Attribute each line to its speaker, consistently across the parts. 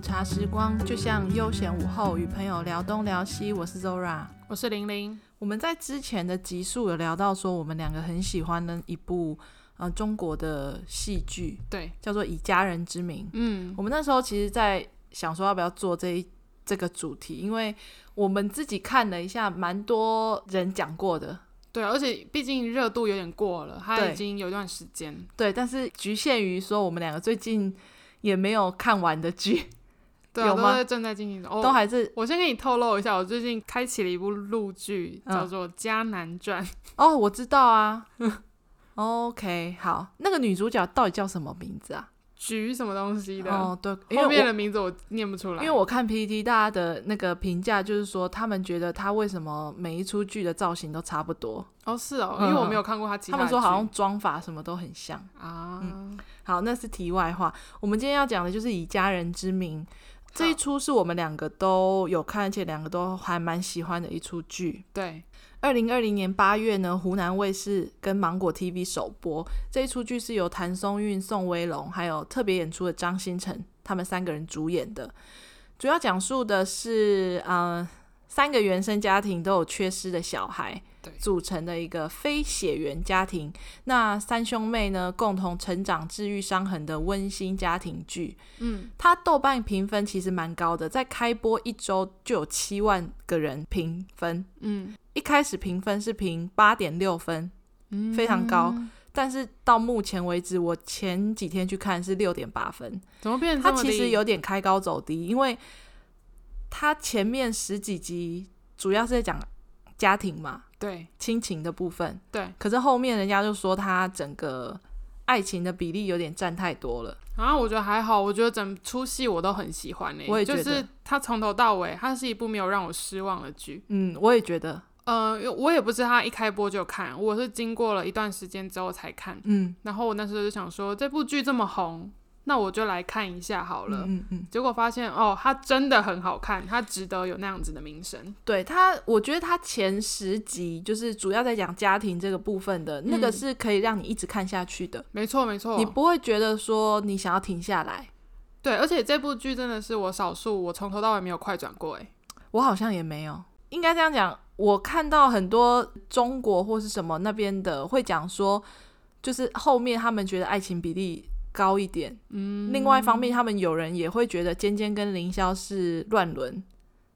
Speaker 1: 茶时光就像悠闲午后，与朋友聊东聊西。我是 Zora。
Speaker 2: 我是玲玲，
Speaker 1: 我们在之前的集数有聊到说，我们两个很喜欢的一部呃中国的戏剧，
Speaker 2: 对，
Speaker 1: 叫做《以家人之名》。
Speaker 2: 嗯，
Speaker 1: 我们那时候其实，在想说要不要做这一这个主题，因为我们自己看了一下，蛮多人讲过的，
Speaker 2: 对，啊而且毕竟热度有点过了，它
Speaker 1: 对
Speaker 2: 已经有一段时间，
Speaker 1: 对，但是局限于说我们两个最近也没有看完的剧，
Speaker 2: 对啊，
Speaker 1: 有
Speaker 2: 都
Speaker 1: 吗
Speaker 2: 在正在进行中。
Speaker 1: 都
Speaker 2: 哦，
Speaker 1: 还是
Speaker 2: 我先给你透露一下，我最近开启了一部陆剧，
Speaker 1: 嗯
Speaker 2: 叫做《迦南传》，
Speaker 1: 哦，我知道啊。OK，好，那个女主角到底叫什么名字啊？
Speaker 2: 菊什么东西的，
Speaker 1: 哦，对，因
Speaker 2: 后面
Speaker 1: 为
Speaker 2: 的名字我念不出
Speaker 1: 我
Speaker 2: 来，
Speaker 1: 因为我看 PPT 大家的那个评价，就是说他们觉得她为什么每一出剧的造型都差不多，
Speaker 2: 哦是哦，
Speaker 1: 嗯
Speaker 2: 因为我没有看过他其
Speaker 1: 他们
Speaker 2: 的
Speaker 1: 说好像嗯
Speaker 2: 剧
Speaker 1: 妆法什么都很像。
Speaker 2: 啊，
Speaker 1: 好，那是题外话。我们今天要讲的就是《以家人之名》这一
Speaker 2: 好
Speaker 1: 出，是我们两个都有看，而且两个都还蛮喜欢的一出剧。
Speaker 2: 对，
Speaker 1: 二零二零年八月呢，湖南卫视跟芒果 TV 首播这一出剧，是由谭松韵、宋威龙还有特别演出的张新成他们三个人主演的。主要讲述的是，呃，三个原生家庭都有缺失的小孩
Speaker 2: 对
Speaker 1: 组成的一个非血缘家庭。那三兄妹呢，共同成长、治愈伤痕的温馨家庭剧。
Speaker 2: 嗯，
Speaker 1: 它豆瓣评分其实蛮高的，在开播一周就有七万个人评分。
Speaker 2: 嗯
Speaker 1: 一开始评分是评八点六分，
Speaker 2: 嗯，
Speaker 1: 非常高，但是到目前为止，我前几天去看是六点八分，
Speaker 2: 怎么变成
Speaker 1: 它
Speaker 2: 这么
Speaker 1: 其实
Speaker 2: 低
Speaker 1: 有点开高走低，因为它前面十几集主要是在讲家庭嘛、
Speaker 2: 对
Speaker 1: 亲情的部分，
Speaker 2: 对，
Speaker 1: 可是后面人家就说它整个爱情的比例有点占太多了，
Speaker 2: 然后我觉得还好，我觉得整出戏我都很喜欢诶、欸
Speaker 1: 我也觉
Speaker 2: 就
Speaker 1: 得
Speaker 2: 是它从头到尾，它是一部没有让我失望的剧。
Speaker 1: 嗯，我也觉得，
Speaker 2: 呃，我也不是它一开播就看，我是经过了一段时间之后才看。
Speaker 1: 嗯，
Speaker 2: 然后我那时候就想说，这部剧这么红，那我就来看一下好了。
Speaker 1: 嗯嗯嗯。
Speaker 2: 结果发现哦，它真的很好看，它值得有那样子的名声。
Speaker 1: 对他，我觉得他前十集就是主要在讲家庭这个部分的，那个
Speaker 2: 嗯
Speaker 1: 是可以让你一直看下去的，
Speaker 2: 没错，没错
Speaker 1: 你。不会觉得说你想要停下来。
Speaker 2: 对，而且这部剧真的是我少数，我从头到尾没有快转过诶、欸
Speaker 1: 我好像也没有，应该这样讲。我看到很多中国或是什么那边的会讲说，就是后面他们觉得爱情比例高一点，嗯，另外一方面他们有人也会觉得尖尖跟凌霄是乱伦，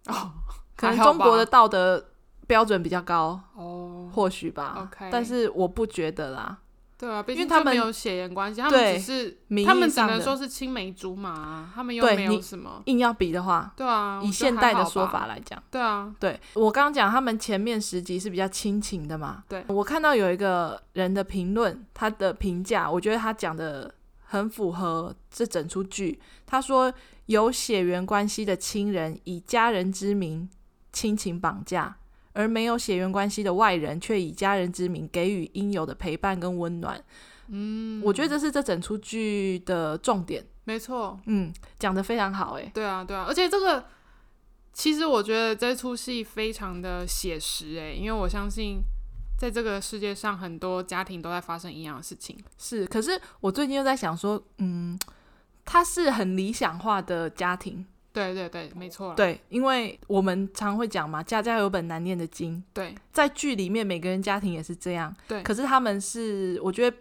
Speaker 2: 哦，
Speaker 1: 可能
Speaker 2: 还好
Speaker 1: 中国
Speaker 2: 吧
Speaker 1: 的道德标准比较高，
Speaker 2: 哦，
Speaker 1: 或许吧。
Speaker 2: OK
Speaker 1: 但是我不觉得啦。
Speaker 2: 对啊，毕
Speaker 1: 因为
Speaker 2: 竟
Speaker 1: 他
Speaker 2: 就没
Speaker 1: 们
Speaker 2: 有血缘关系，他
Speaker 1: 对
Speaker 2: 们只是
Speaker 1: 名
Speaker 2: 他
Speaker 1: 义
Speaker 2: 们只
Speaker 1: 上
Speaker 2: 能
Speaker 1: 的
Speaker 2: 说是青梅竹马啊，他们又
Speaker 1: 对
Speaker 2: 没
Speaker 1: 你
Speaker 2: 有什么。
Speaker 1: 硬要比的话，
Speaker 2: 对啊，
Speaker 1: 以
Speaker 2: 我觉得
Speaker 1: 现
Speaker 2: 还
Speaker 1: 代的
Speaker 2: 好
Speaker 1: 说
Speaker 2: 吧
Speaker 1: 法，来讲，
Speaker 2: 对啊，
Speaker 1: 对我刚刚讲他们前面十集是比较亲情的嘛。
Speaker 2: 对
Speaker 1: 我看到有一个人的评论，他的评价，我觉得他讲的很符合这整出剧。他说，有血缘关系的亲人以家人之名亲情绑架，而没有血缘关系的外人却以家人之名给予应有的陪伴跟温暖。嗯，我觉得这是这整出剧的重点。
Speaker 2: 没错，
Speaker 1: 嗯，讲的非常好、欸，诶，
Speaker 2: 对啊，对啊，而且这个其实我觉得这出戏非常的写实诶、因为我相信在这个世界上很多家庭都在发生一样的事情。
Speaker 1: 是，可是我最近又在想说，嗯，他是很理想化的家庭，
Speaker 2: 对对对，没错啦，
Speaker 1: 对，因为我们常会讲嘛，家家有本难念的经，
Speaker 2: 对
Speaker 1: 在剧里面每个人家庭也是这样，
Speaker 2: 对
Speaker 1: 可是他们是，我觉得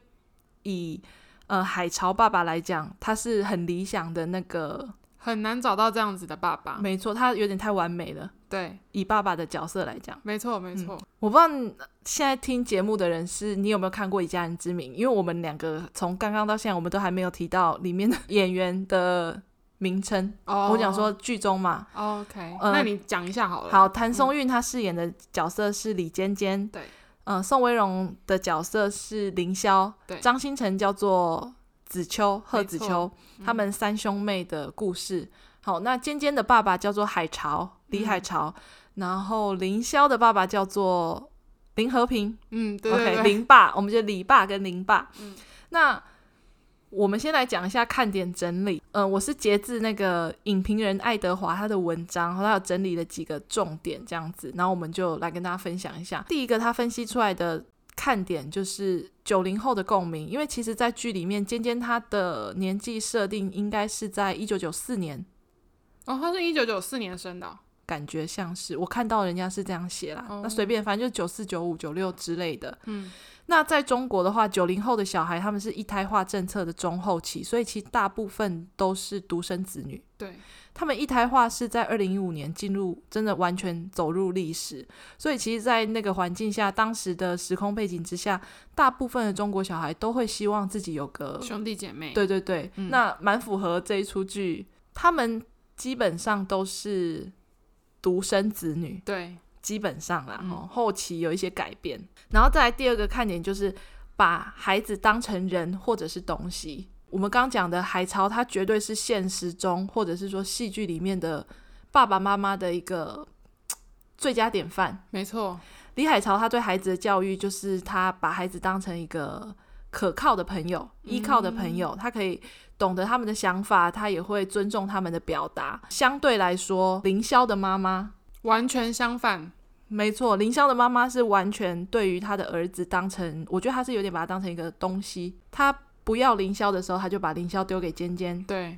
Speaker 1: 以呃海潮爸爸来讲，他是很理想的那个，
Speaker 2: 很难找到这样子的爸爸。
Speaker 1: 没错，他有点太完美了。
Speaker 2: 对，
Speaker 1: 以爸爸的角色来讲，
Speaker 2: 没错
Speaker 1: 嗯
Speaker 2: 没错，
Speaker 1: 我不知道你现在听节目的人是你有没有看过《以家人之名》，因为我们两个从刚刚到现在，我们都还没有提到里面的演员的名称。
Speaker 2: 哦，
Speaker 1: 我讲说剧中嘛，
Speaker 2: ，OK，、
Speaker 1: 呃
Speaker 2: 那你讲一下好了。
Speaker 1: 好，，谭松韵她饰演的角色是李尖尖，
Speaker 2: 嗯对，
Speaker 1: 呃，宋威龙的角色是凌霄，
Speaker 2: 对
Speaker 1: 张新成叫做子秋，贺子秋
Speaker 2: 没错，嗯
Speaker 1: 他们三兄妹的故事。好，那尖尖的爸爸叫做海潮，李
Speaker 2: 嗯
Speaker 1: 海潮，然后凌霄的爸爸叫做林和平，
Speaker 2: 嗯，对对
Speaker 1: OK，
Speaker 2: 对，嗯
Speaker 1: 林爸，我们就李爸跟林爸。那我们先来讲一下看点整理。嗯、我是截至那个影评人爱德华他的文章，然后他有整理了几个重点这样子，然后我们就来跟大家分享一下。第一个，他分析出来的看点就是九零后的共鸣，因为其实，在剧里面，尖尖他的年纪设定应该是在一九九四年
Speaker 2: 哦，他是一九九四年生的哦、
Speaker 1: 感觉像是我看到人家是这样写啦。
Speaker 2: 哦
Speaker 1: 那随便，反正就九四、九五、九六之类的。
Speaker 2: 嗯，
Speaker 1: 那在中国的话，九零后的小孩他们是一胎化政策的中后期，所以其实大部分都是独生子女。
Speaker 2: 对，
Speaker 1: 他们一胎化是在二零一五年进入，真的完全走入历史。所以其实，在那个环境下，当时的时空背景之下，大部分的中国小孩都会希望自己有个
Speaker 2: 兄弟姐妹，
Speaker 1: 呃对对对，
Speaker 2: 嗯
Speaker 1: 那蛮符合这一出剧。他们基本上都是独生子女，
Speaker 2: 对，
Speaker 1: 基本上啦，
Speaker 2: 嗯
Speaker 1: 哦，后期有一些改变。然后再来第二个看点就是把孩子当成人或者是东西。我们刚刚讲的海潮，它绝对是现实中或者是说戏剧里面的爸爸妈妈的一个嘖最佳典范。
Speaker 2: 没错，
Speaker 1: 李海潮他对孩子的教育，就是他把孩子当成一个可靠的朋友、依靠的朋友，他可以懂得他们的想法，他也会尊重他们的表达。相对来说，凌霄的妈妈，
Speaker 2: 完全相反，
Speaker 1: 没错，凌霄的妈妈是完全对于他的儿子当成，我觉得他是有点把他当成一个东西。他不要凌霄的时候，他就把凌霄丢给尖尖；
Speaker 2: 对，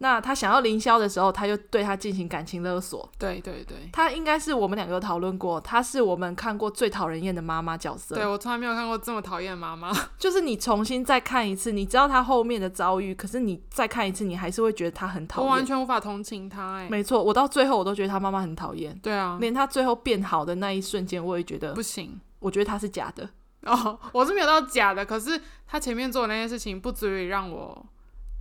Speaker 1: 那他想要凌霄的时候，他就对他进行感情勒索。
Speaker 2: 对，对，对，
Speaker 1: 他应该是我们两个有讨论过，他是我们看过最讨人厌的妈妈角色。
Speaker 2: 对我从来没有看过这么讨厌的妈妈，
Speaker 1: 就是你重新再看一次，你知道他后面的遭遇，可是你再看一次，你还是会觉得他很
Speaker 2: 我
Speaker 1: 讨
Speaker 2: 完
Speaker 1: 厌。
Speaker 2: 全无法同情她，哎，
Speaker 1: 没错，我到最后我都觉得他妈妈很讨厌，
Speaker 2: 对啊，
Speaker 1: 连他最后变好的那一瞬间，我也觉得
Speaker 2: 不，行。
Speaker 1: 我觉得他是假的。
Speaker 2: 哦，我是没有到假的，可是他前面做的那些事情不足以让我，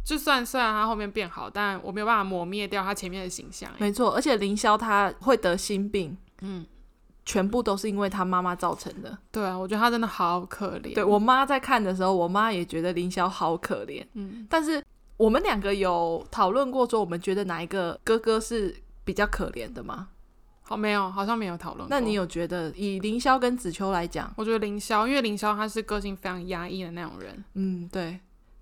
Speaker 2: 就算虽然他后面变好，但我没有办法磨灭掉他前面的形象。欸
Speaker 1: 没错，而且凌霄他会得心病，
Speaker 2: 嗯，
Speaker 1: 全部都是因为他妈妈造成的。
Speaker 2: 对啊，我觉得他真的好可怜。
Speaker 1: 对我妈在看的时候，我妈也觉得凌霄好可怜，
Speaker 2: 嗯，
Speaker 1: 但是我们两个有讨论过说，我们觉得哪一个哥哥是比较可怜的吗？
Speaker 2: 好没有，好像没有讨论过。
Speaker 1: 那你有觉得以凌霄跟子秋来讲？
Speaker 2: 我觉得凌霄，因为凌霄他是个性非常压抑的那种人，
Speaker 1: 嗯，对。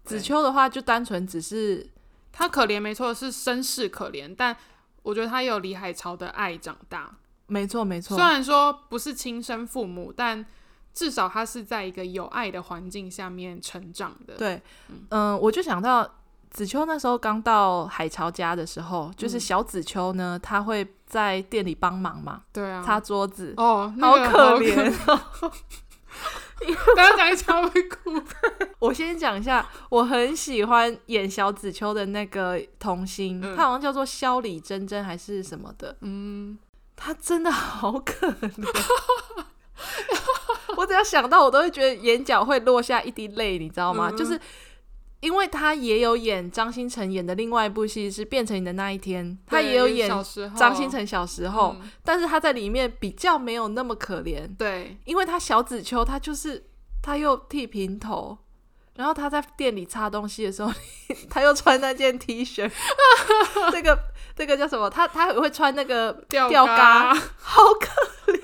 Speaker 2: 对
Speaker 1: 子秋的话，就单纯只是
Speaker 2: 他可怜没错，是身世可怜，但我觉得他也有李海潮的爱长大。
Speaker 1: 没错没错
Speaker 2: 虽，然说不是亲生父母，但至少他是在一个有爱的环境下面成长的。
Speaker 1: 对，嗯、我就想到子秋那时候刚到海潮家的时候，就是
Speaker 2: 嗯
Speaker 1: 小子秋呢，他会在店里帮忙嘛，
Speaker 2: 对啊，
Speaker 1: 擦桌子，
Speaker 2: 哦，那
Speaker 1: 好
Speaker 2: 个
Speaker 1: 可怜。哦
Speaker 2: 大家讲一讲会哭。
Speaker 1: 我先讲一下，我很喜欢演小子秋的那个童星，
Speaker 2: 嗯
Speaker 1: 他好像叫做肖李珍珍还是什么的，
Speaker 2: 嗯，
Speaker 1: 他真的好可怜。 我只要想到，我都会觉得眼角会落下一滴泪，你知道吗？
Speaker 2: 嗯
Speaker 1: 就是因为他也有演张新成演的另外一部戏是《变成你的那一天》，他
Speaker 2: 对
Speaker 1: 也有演
Speaker 2: 小时候
Speaker 1: 张新成小时候，
Speaker 2: 嗯
Speaker 1: 但是他在里面比较没有那么可怜，
Speaker 2: 对
Speaker 1: 因为他小子秋，他就是他又剃平头，然后他在店里擦东西的时候， 他又穿那件 T 恤，这个这个叫什么？他他会穿那个
Speaker 2: 吊
Speaker 1: 吊
Speaker 2: 嘎
Speaker 1: 嘎，好可怜。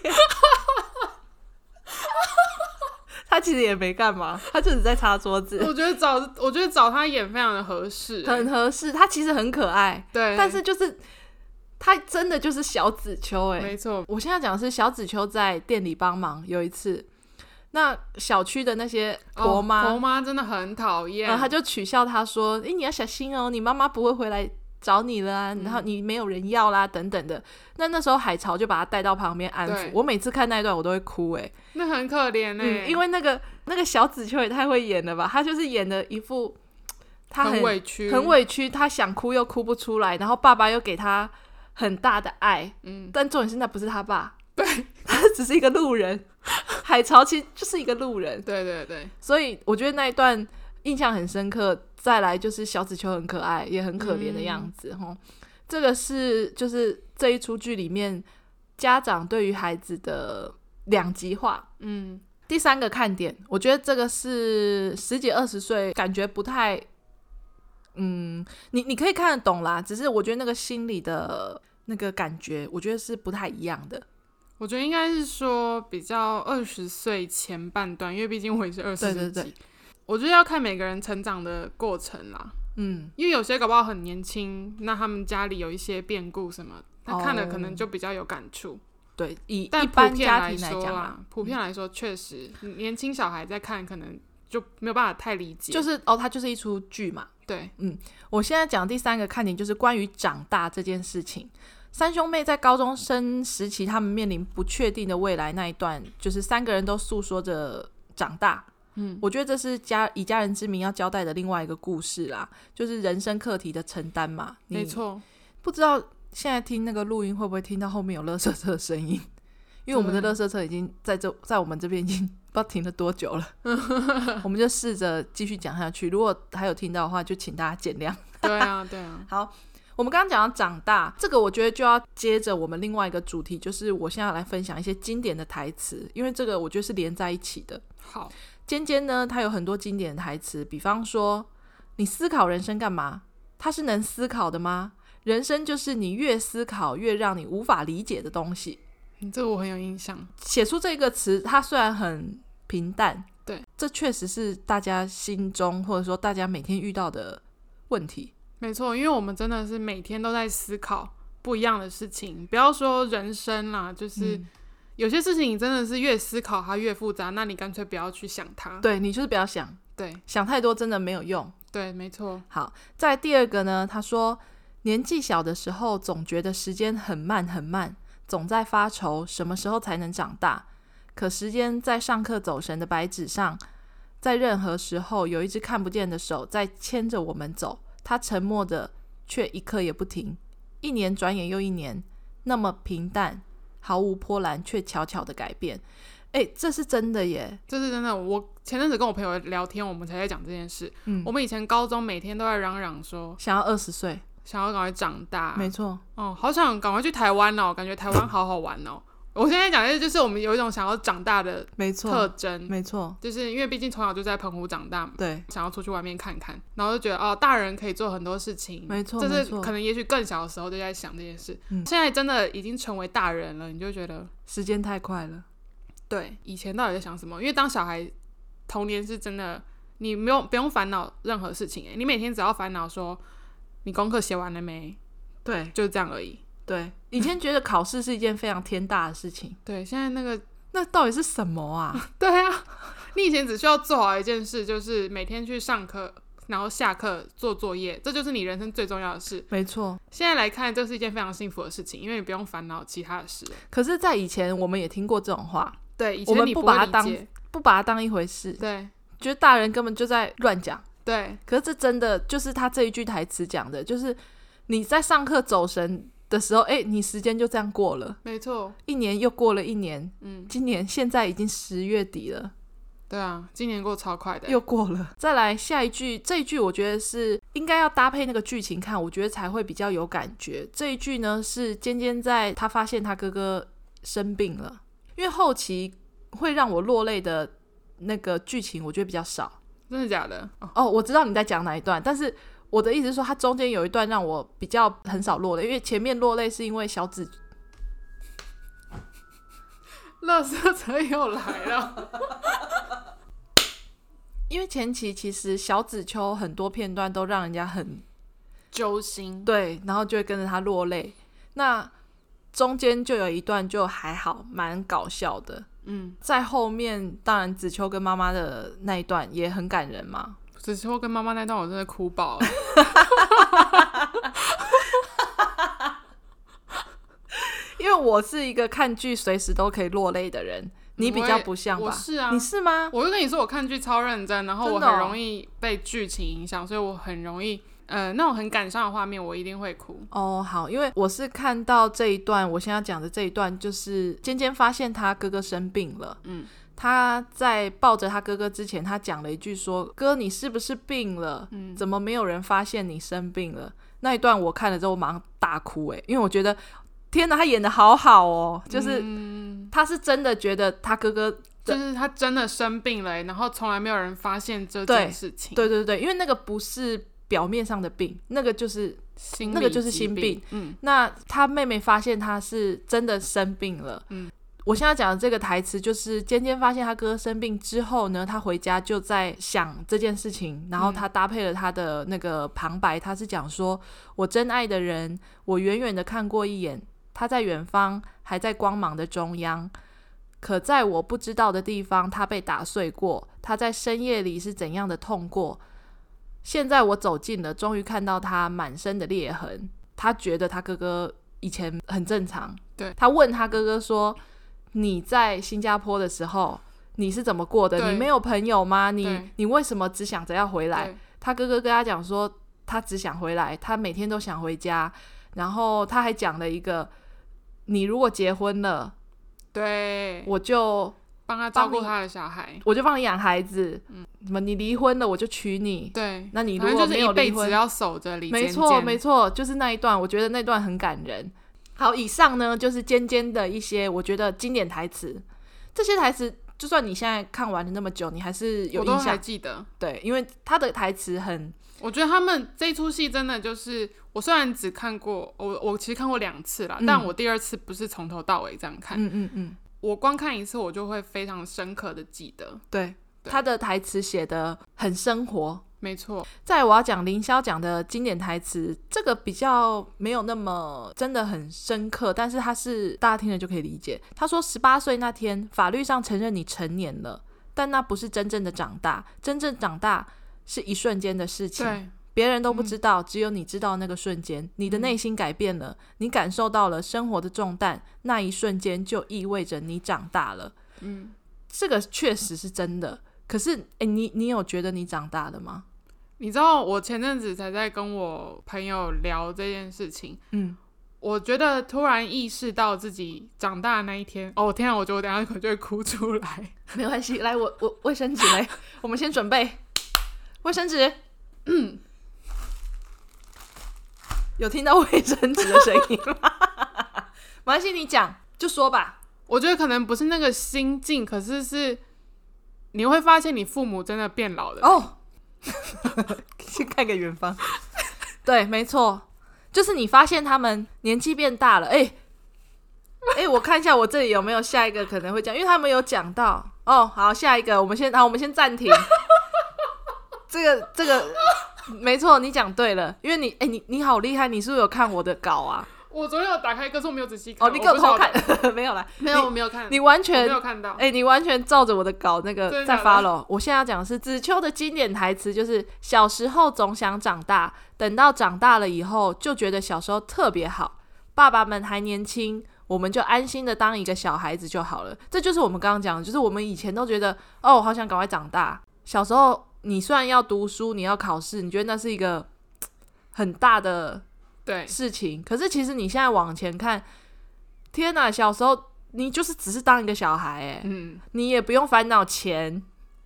Speaker 1: 他其实也没干嘛，他就只在擦桌子，
Speaker 2: 我觉得找我觉得找他演非常的合适、
Speaker 1: 很合适。他其实很可爱，
Speaker 2: 对，
Speaker 1: 但是就是他真的就是小子秋哎、
Speaker 2: 没错，
Speaker 1: 我现在讲的是小子秋在店里帮忙，有一次，那小区的那些婆妈，
Speaker 2: 哦婆妈真的很讨厌，
Speaker 1: 然后他就取笑他说：“诶，你要小心哦，你妈妈不会回来找你了、
Speaker 2: 嗯
Speaker 1: 啊，然后你没有人要啦，等等的。”那那时候海潮就把他带到旁边安抚
Speaker 2: 对。
Speaker 1: 我每次看那一段，我都会哭欸诶，
Speaker 2: 那很可怜欸呢、
Speaker 1: 嗯，因为那个那个小子秋也太会演了吧，他就是演的一副他
Speaker 2: 很
Speaker 1: 很
Speaker 2: 委屈，
Speaker 1: 很，委屈，他想哭又哭不出来，然后爸爸又给他很大的爱，
Speaker 2: 嗯，
Speaker 1: 但重点是那不是他爸，对他只是一个路人。海潮其实就是一个路人，
Speaker 2: 对对对，
Speaker 1: 所以我觉得那一段印象很深刻。再来就是小紫秋很可爱，也很可怜的样
Speaker 2: 嗯
Speaker 1: 子吼、这个是就是这一出剧里面家长对于孩子的两极化。
Speaker 2: 嗯，
Speaker 1: 第三个看点，我觉得这个是十几二十岁感觉不太，嗯，你你可以看得懂啦，只是我觉得那个心里的那个感觉，我觉得是不太一样的。
Speaker 2: 我觉得应该是说比较二十岁前半段，因为毕竟我也是二
Speaker 1: 对
Speaker 2: 十世
Speaker 1: 对
Speaker 2: 纪，
Speaker 1: 对
Speaker 2: 我觉得要看每个人成长的过程啦，
Speaker 1: 嗯，
Speaker 2: 因为有些搞不好很年轻，那他们家里有一些变故什么，他看了
Speaker 1: 哦
Speaker 2: 可能就比较有感触。
Speaker 1: 对，以
Speaker 2: 但
Speaker 1: 一
Speaker 2: 普
Speaker 1: 般
Speaker 2: 遍
Speaker 1: 家
Speaker 2: 来
Speaker 1: 庭来
Speaker 2: 说
Speaker 1: 讲啊，
Speaker 2: 啦，普遍来说确嗯实年轻小孩在看，可能就没有办法太理解。
Speaker 1: 就是哦，它就是一出剧嘛，
Speaker 2: 对，
Speaker 1: 我现在讲第三个看点就是关于长大这件事情。三兄妹在高中生时期，他们面临不确定的未来那一段，就是三个人都诉说着长大。
Speaker 2: 嗯，
Speaker 1: 我觉得这是家以家人之名要交代的另外一个故事啦，就是人生课题的承担嘛。你
Speaker 2: 没，错，
Speaker 1: 不知道现在听那个录音会不会听到后面有垃圾车的声 音？因为我们的
Speaker 2: 对
Speaker 1: 垃圾车已经在这，在我们这边已经不知道停了多久 了。我们就试着继续讲下去，如果还有听到的话，就请大家见谅。
Speaker 2: 对啊，对啊，
Speaker 1: 好，我们刚刚讲到长大，这个我觉得就要接着我们另外一个主题，就是我现在要来分享一些经典的台词，因为这个我觉得是连在一起的。
Speaker 2: 好，
Speaker 1: 尖尖呢，他有很多经典的台词，比方说：“你思考人生干嘛？它是能思考的吗？人生就是你越思考越让你无法理解的东西。”
Speaker 2: 嗯这个我很有印象，
Speaker 1: 写出这个词，它虽然很平淡，
Speaker 2: 对，
Speaker 1: 这确实是大家心中或者说大家每天遇到的问题。
Speaker 2: 没错，因为我们真的是每天都在思考不一样的事情，不要说人生啦，就是
Speaker 1: 嗯
Speaker 2: 有些事情你真的是越思考它越复杂，那你干脆不要去想它。
Speaker 1: 对你就是不要想，
Speaker 2: 对
Speaker 1: 想太多真的没有用。
Speaker 2: 对，没错，
Speaker 1: 好，在第二个呢，他说年纪小的时候总觉得时间很慢很慢，总在发愁什么时候才能长大。可时间在上课走神的白纸上，在任何时候有一只看不见的手在牵着我们走，它沉默的却一刻也不停。一年转眼又一年，那么平淡，毫无波澜，却悄悄的改变。哎，这是真的耶！
Speaker 2: 这是真的。我前阵子跟我朋友聊天，我们才在讲这件事。
Speaker 1: 嗯
Speaker 2: 我们以前高中每天都在嚷嚷说
Speaker 1: 想要二十岁，
Speaker 2: 想要赶快长大，
Speaker 1: 没错，
Speaker 2: 哦，好想赶快去台湾哦，感觉台湾好好玩哦。我现在讲的就是我们有一种想要长大的
Speaker 1: 没错，
Speaker 2: 特征，
Speaker 1: 没错，
Speaker 2: 就是因为毕竟从小就在澎湖长大嘛，
Speaker 1: 对。
Speaker 2: 想要出去外面看看，然后就觉得哦，大人可以做很多事情，
Speaker 1: 没错
Speaker 2: 这
Speaker 1: 没
Speaker 2: 是
Speaker 1: 错
Speaker 2: 可能也许更小的时候就在想这件事，
Speaker 1: 嗯
Speaker 2: 现在真的已经成为大人了，你就觉得
Speaker 1: 时间太快了，
Speaker 2: 对以前到底在想什么？因为当小孩童年是真的，你没有不用烦恼任何事情，哎，你每天只要烦恼说你功课写完了没，
Speaker 1: 对
Speaker 2: 就这样而已。
Speaker 1: 对，以前觉得考试是一件非常天大的事 情，
Speaker 2: 对，现在那个
Speaker 1: 那到底是什么 啊？
Speaker 2: 对啊，你以前只需要做好一件事，就是每天去上课，然后下课做作业，这就是你人生最重要的事。
Speaker 1: 没错，
Speaker 2: 现在来看，这是一件非常幸福的事情，因为你不用烦恼其他的事了。
Speaker 1: 可是，在以前我们也听过这种话，
Speaker 2: 对，以
Speaker 1: 我
Speaker 2: 前
Speaker 1: 们
Speaker 2: 你
Speaker 1: 不
Speaker 2: 会
Speaker 1: 把它
Speaker 2: 理
Speaker 1: 当
Speaker 2: 解。
Speaker 1: 不把它当一回事，
Speaker 2: 对
Speaker 1: 觉得大人根本就在乱讲。
Speaker 2: 对
Speaker 1: 可是这真的就是他这一句台词讲的，就是你在上课走神的时候，哎、你时间就这样过了，
Speaker 2: 没错，
Speaker 1: 一年又过了一年，
Speaker 2: 嗯，
Speaker 1: 今年现在已经十月底了。
Speaker 2: 对啊，今年过超快的。
Speaker 1: 又过了。再来下一句，这一句我觉得是应该要搭配那个剧情看，我觉得才会比较有感觉。这一句呢是尖尖在他发现他哥哥生病了，因为后期会让我落泪的那个剧情，我觉得比较少。
Speaker 2: 真的假的？哦，
Speaker 1: 哦，我知道你在讲哪一段，但是。我的意思是说，它中间有一段让我比较很少落泪，因为前面落泪是因为小紫
Speaker 2: 乐色车又 来了。
Speaker 1: 因为前期其实小紫秋很多片段都让人家很
Speaker 2: 揪心。
Speaker 1: 对，然后就会跟着他落泪。那中间就有一段就还好，蛮搞笑的。
Speaker 2: 嗯，
Speaker 1: 在后面，当然子秋跟妈妈的那一段也很感人嘛。
Speaker 2: 只是我跟妈妈那段，我真的哭爆了。
Speaker 1: 因为我是一个看剧随时都可以落泪的人，你比较不像吧？
Speaker 2: 嗯我是啊，
Speaker 1: 你是吗？
Speaker 2: 我就跟你说，我看剧超认真，然后我
Speaker 1: 真的哦
Speaker 2: 很容易被剧情影响，所以我很容易，呃，那种很感伤的画面，我一定会哭。
Speaker 1: 哦，好，因为我是看到这一段，我现在讲的这一段，就是尖尖发现他哥哥生病了。
Speaker 2: 嗯，
Speaker 1: 他在抱着他哥哥之前，他讲了一句说：“哥，你是不是病了？
Speaker 2: 嗯
Speaker 1: 怎么没有人发现你生病了？”那一段我看了之后，我马上大哭诶、因为我觉得天哪，他演的好好哦，就是
Speaker 2: 嗯，
Speaker 1: 他是真的觉得他哥哥，
Speaker 2: 就是他真的生病了欸、然后从来没有人发现这件事情，，
Speaker 1: 对对对，因为那个不是表面上的病，那个就是
Speaker 2: 心理
Speaker 1: 那个就是心病
Speaker 2: 疾病，嗯，
Speaker 1: 那他妹妹发现他是真的生病了。
Speaker 2: 嗯，
Speaker 1: 我现在讲的这个台词就是尖尖发现他哥生病之后呢，他回家就在想这件事情，然后他
Speaker 2: 嗯
Speaker 1: 搭配了他的那个旁白，他是讲说：“我真爱的人，我远远的看过一眼，他在远方，还在光芒的中央。”可在我不知道的地方，他被打碎过；他在深夜里是怎样的痛过？现在我走近了，终于看到他满身的裂痕。他觉得他哥哥以前很正常。
Speaker 2: 对
Speaker 1: 他问他哥哥说：“你在新加坡的时候，你是怎么过的？
Speaker 2: 对
Speaker 1: 你没有朋友吗？你
Speaker 2: 对
Speaker 1: 你为什么只想着要回来？”
Speaker 2: 对
Speaker 1: 他哥哥跟他讲说，他只想回来，他每天都想回家。然后他还讲了一个，你如果结婚了，
Speaker 2: 对，
Speaker 1: 我就
Speaker 2: 帮他照顾
Speaker 1: 帮你
Speaker 2: 他的小孩，
Speaker 1: 我就帮你养孩子，什么你离婚了我就娶你。
Speaker 2: 嗯对，
Speaker 1: 那你如
Speaker 2: 反正
Speaker 1: 果
Speaker 2: 就是
Speaker 1: 没
Speaker 2: 一
Speaker 1: 有
Speaker 2: 辈
Speaker 1: 离
Speaker 2: 子
Speaker 1: 婚，
Speaker 2: 要守着李
Speaker 1: 没
Speaker 2: 尖
Speaker 1: 错
Speaker 2: 尖
Speaker 1: 没错，就是那一段，我觉得那段很感人。好，以上呢就是尖尖的一些我觉得经典台词，这些台词就算你现在看完了那么久，你还是有
Speaker 2: 我都
Speaker 1: 印
Speaker 2: 还
Speaker 1: 象。
Speaker 2: 记得。
Speaker 1: 对，因为他的台词很
Speaker 2: 我觉得他们这一出戏真的就是，我虽然只看过我我其实看过两次啦，
Speaker 1: 嗯
Speaker 2: 但我第二次不是从头到尾这样看，
Speaker 1: 嗯嗯嗯，
Speaker 2: 我光看一次我就会非常深刻的记得。
Speaker 1: 对，
Speaker 2: 对
Speaker 1: 他的台词写的很生活，
Speaker 2: 没错，
Speaker 1: 再来我要讲林霄讲的经典台词，这个比较没有那么真的很深刻，但是他是大家听了就可以理解。他说，十八岁那天，法律上承认你成年了，但那不是真正的长大，真正长大是一瞬间的事情，
Speaker 2: 对
Speaker 1: 别人都不知道，只有你知道那个瞬间，你的内心改变了，你感受到了生活的重担，那一瞬间就意味着你长大了。
Speaker 2: 嗯，
Speaker 1: 这个确实是真的。可是，诶、你你有觉得你长大了吗？
Speaker 2: 你知道我前阵子才在跟我朋友聊这件事情，
Speaker 1: 嗯，
Speaker 2: 我觉得突然意识到自己长大的那一天，哦天啊，我觉得我等一下可能就会哭出来。
Speaker 1: 没关系，来，我我卫生纸来， 我们先准备卫生纸。 有听到卫生纸的声音吗？ 没关系，你讲就说吧。
Speaker 2: 我觉得可能不是那个心境，可是是你会发现你父母真的变老了。
Speaker 1: 哦，先看个远方。对，没错，就是你发现他们年纪变大了。哎、哎、我看一下我这里有没有下一个可能会讲，因为他们有讲到。哦，好，下一个，我们先好，我们先暂 停。这个这个，没错，你讲对了，因为你哎、你你好厉害，你是不是有看我的稿啊？
Speaker 2: 我昨天有打开，可是我没有仔细看。
Speaker 1: 哦，你
Speaker 2: 我
Speaker 1: 给我
Speaker 2: 不晓
Speaker 1: 偷
Speaker 2: 得
Speaker 1: 看，， 没有啦，
Speaker 2: 没有，我没有看，
Speaker 1: 你完
Speaker 2: 我没
Speaker 1: 全
Speaker 2: 有看到。
Speaker 1: 哎、你完全照着我的稿那
Speaker 2: 真
Speaker 1: 个
Speaker 2: 的
Speaker 1: 在
Speaker 2: 假的
Speaker 1: follow。我现在要讲的是子秋的经典台词，就是小时候总想长大，等到长大了以后就觉得小时候特别好。爸爸们还年轻，我们就安心的当一个小孩子就好了。这就是我们刚刚讲的，就是我们以前都觉得哦，好想赶快长大。小时候你虽然要读书，你要考试，你觉得那是一个嘖很大的
Speaker 2: 对，
Speaker 1: 事情。可是其实你现在往前看，天哪，小时候你就是只是当一个小孩哎、
Speaker 2: 嗯，
Speaker 1: 你也不用烦恼钱，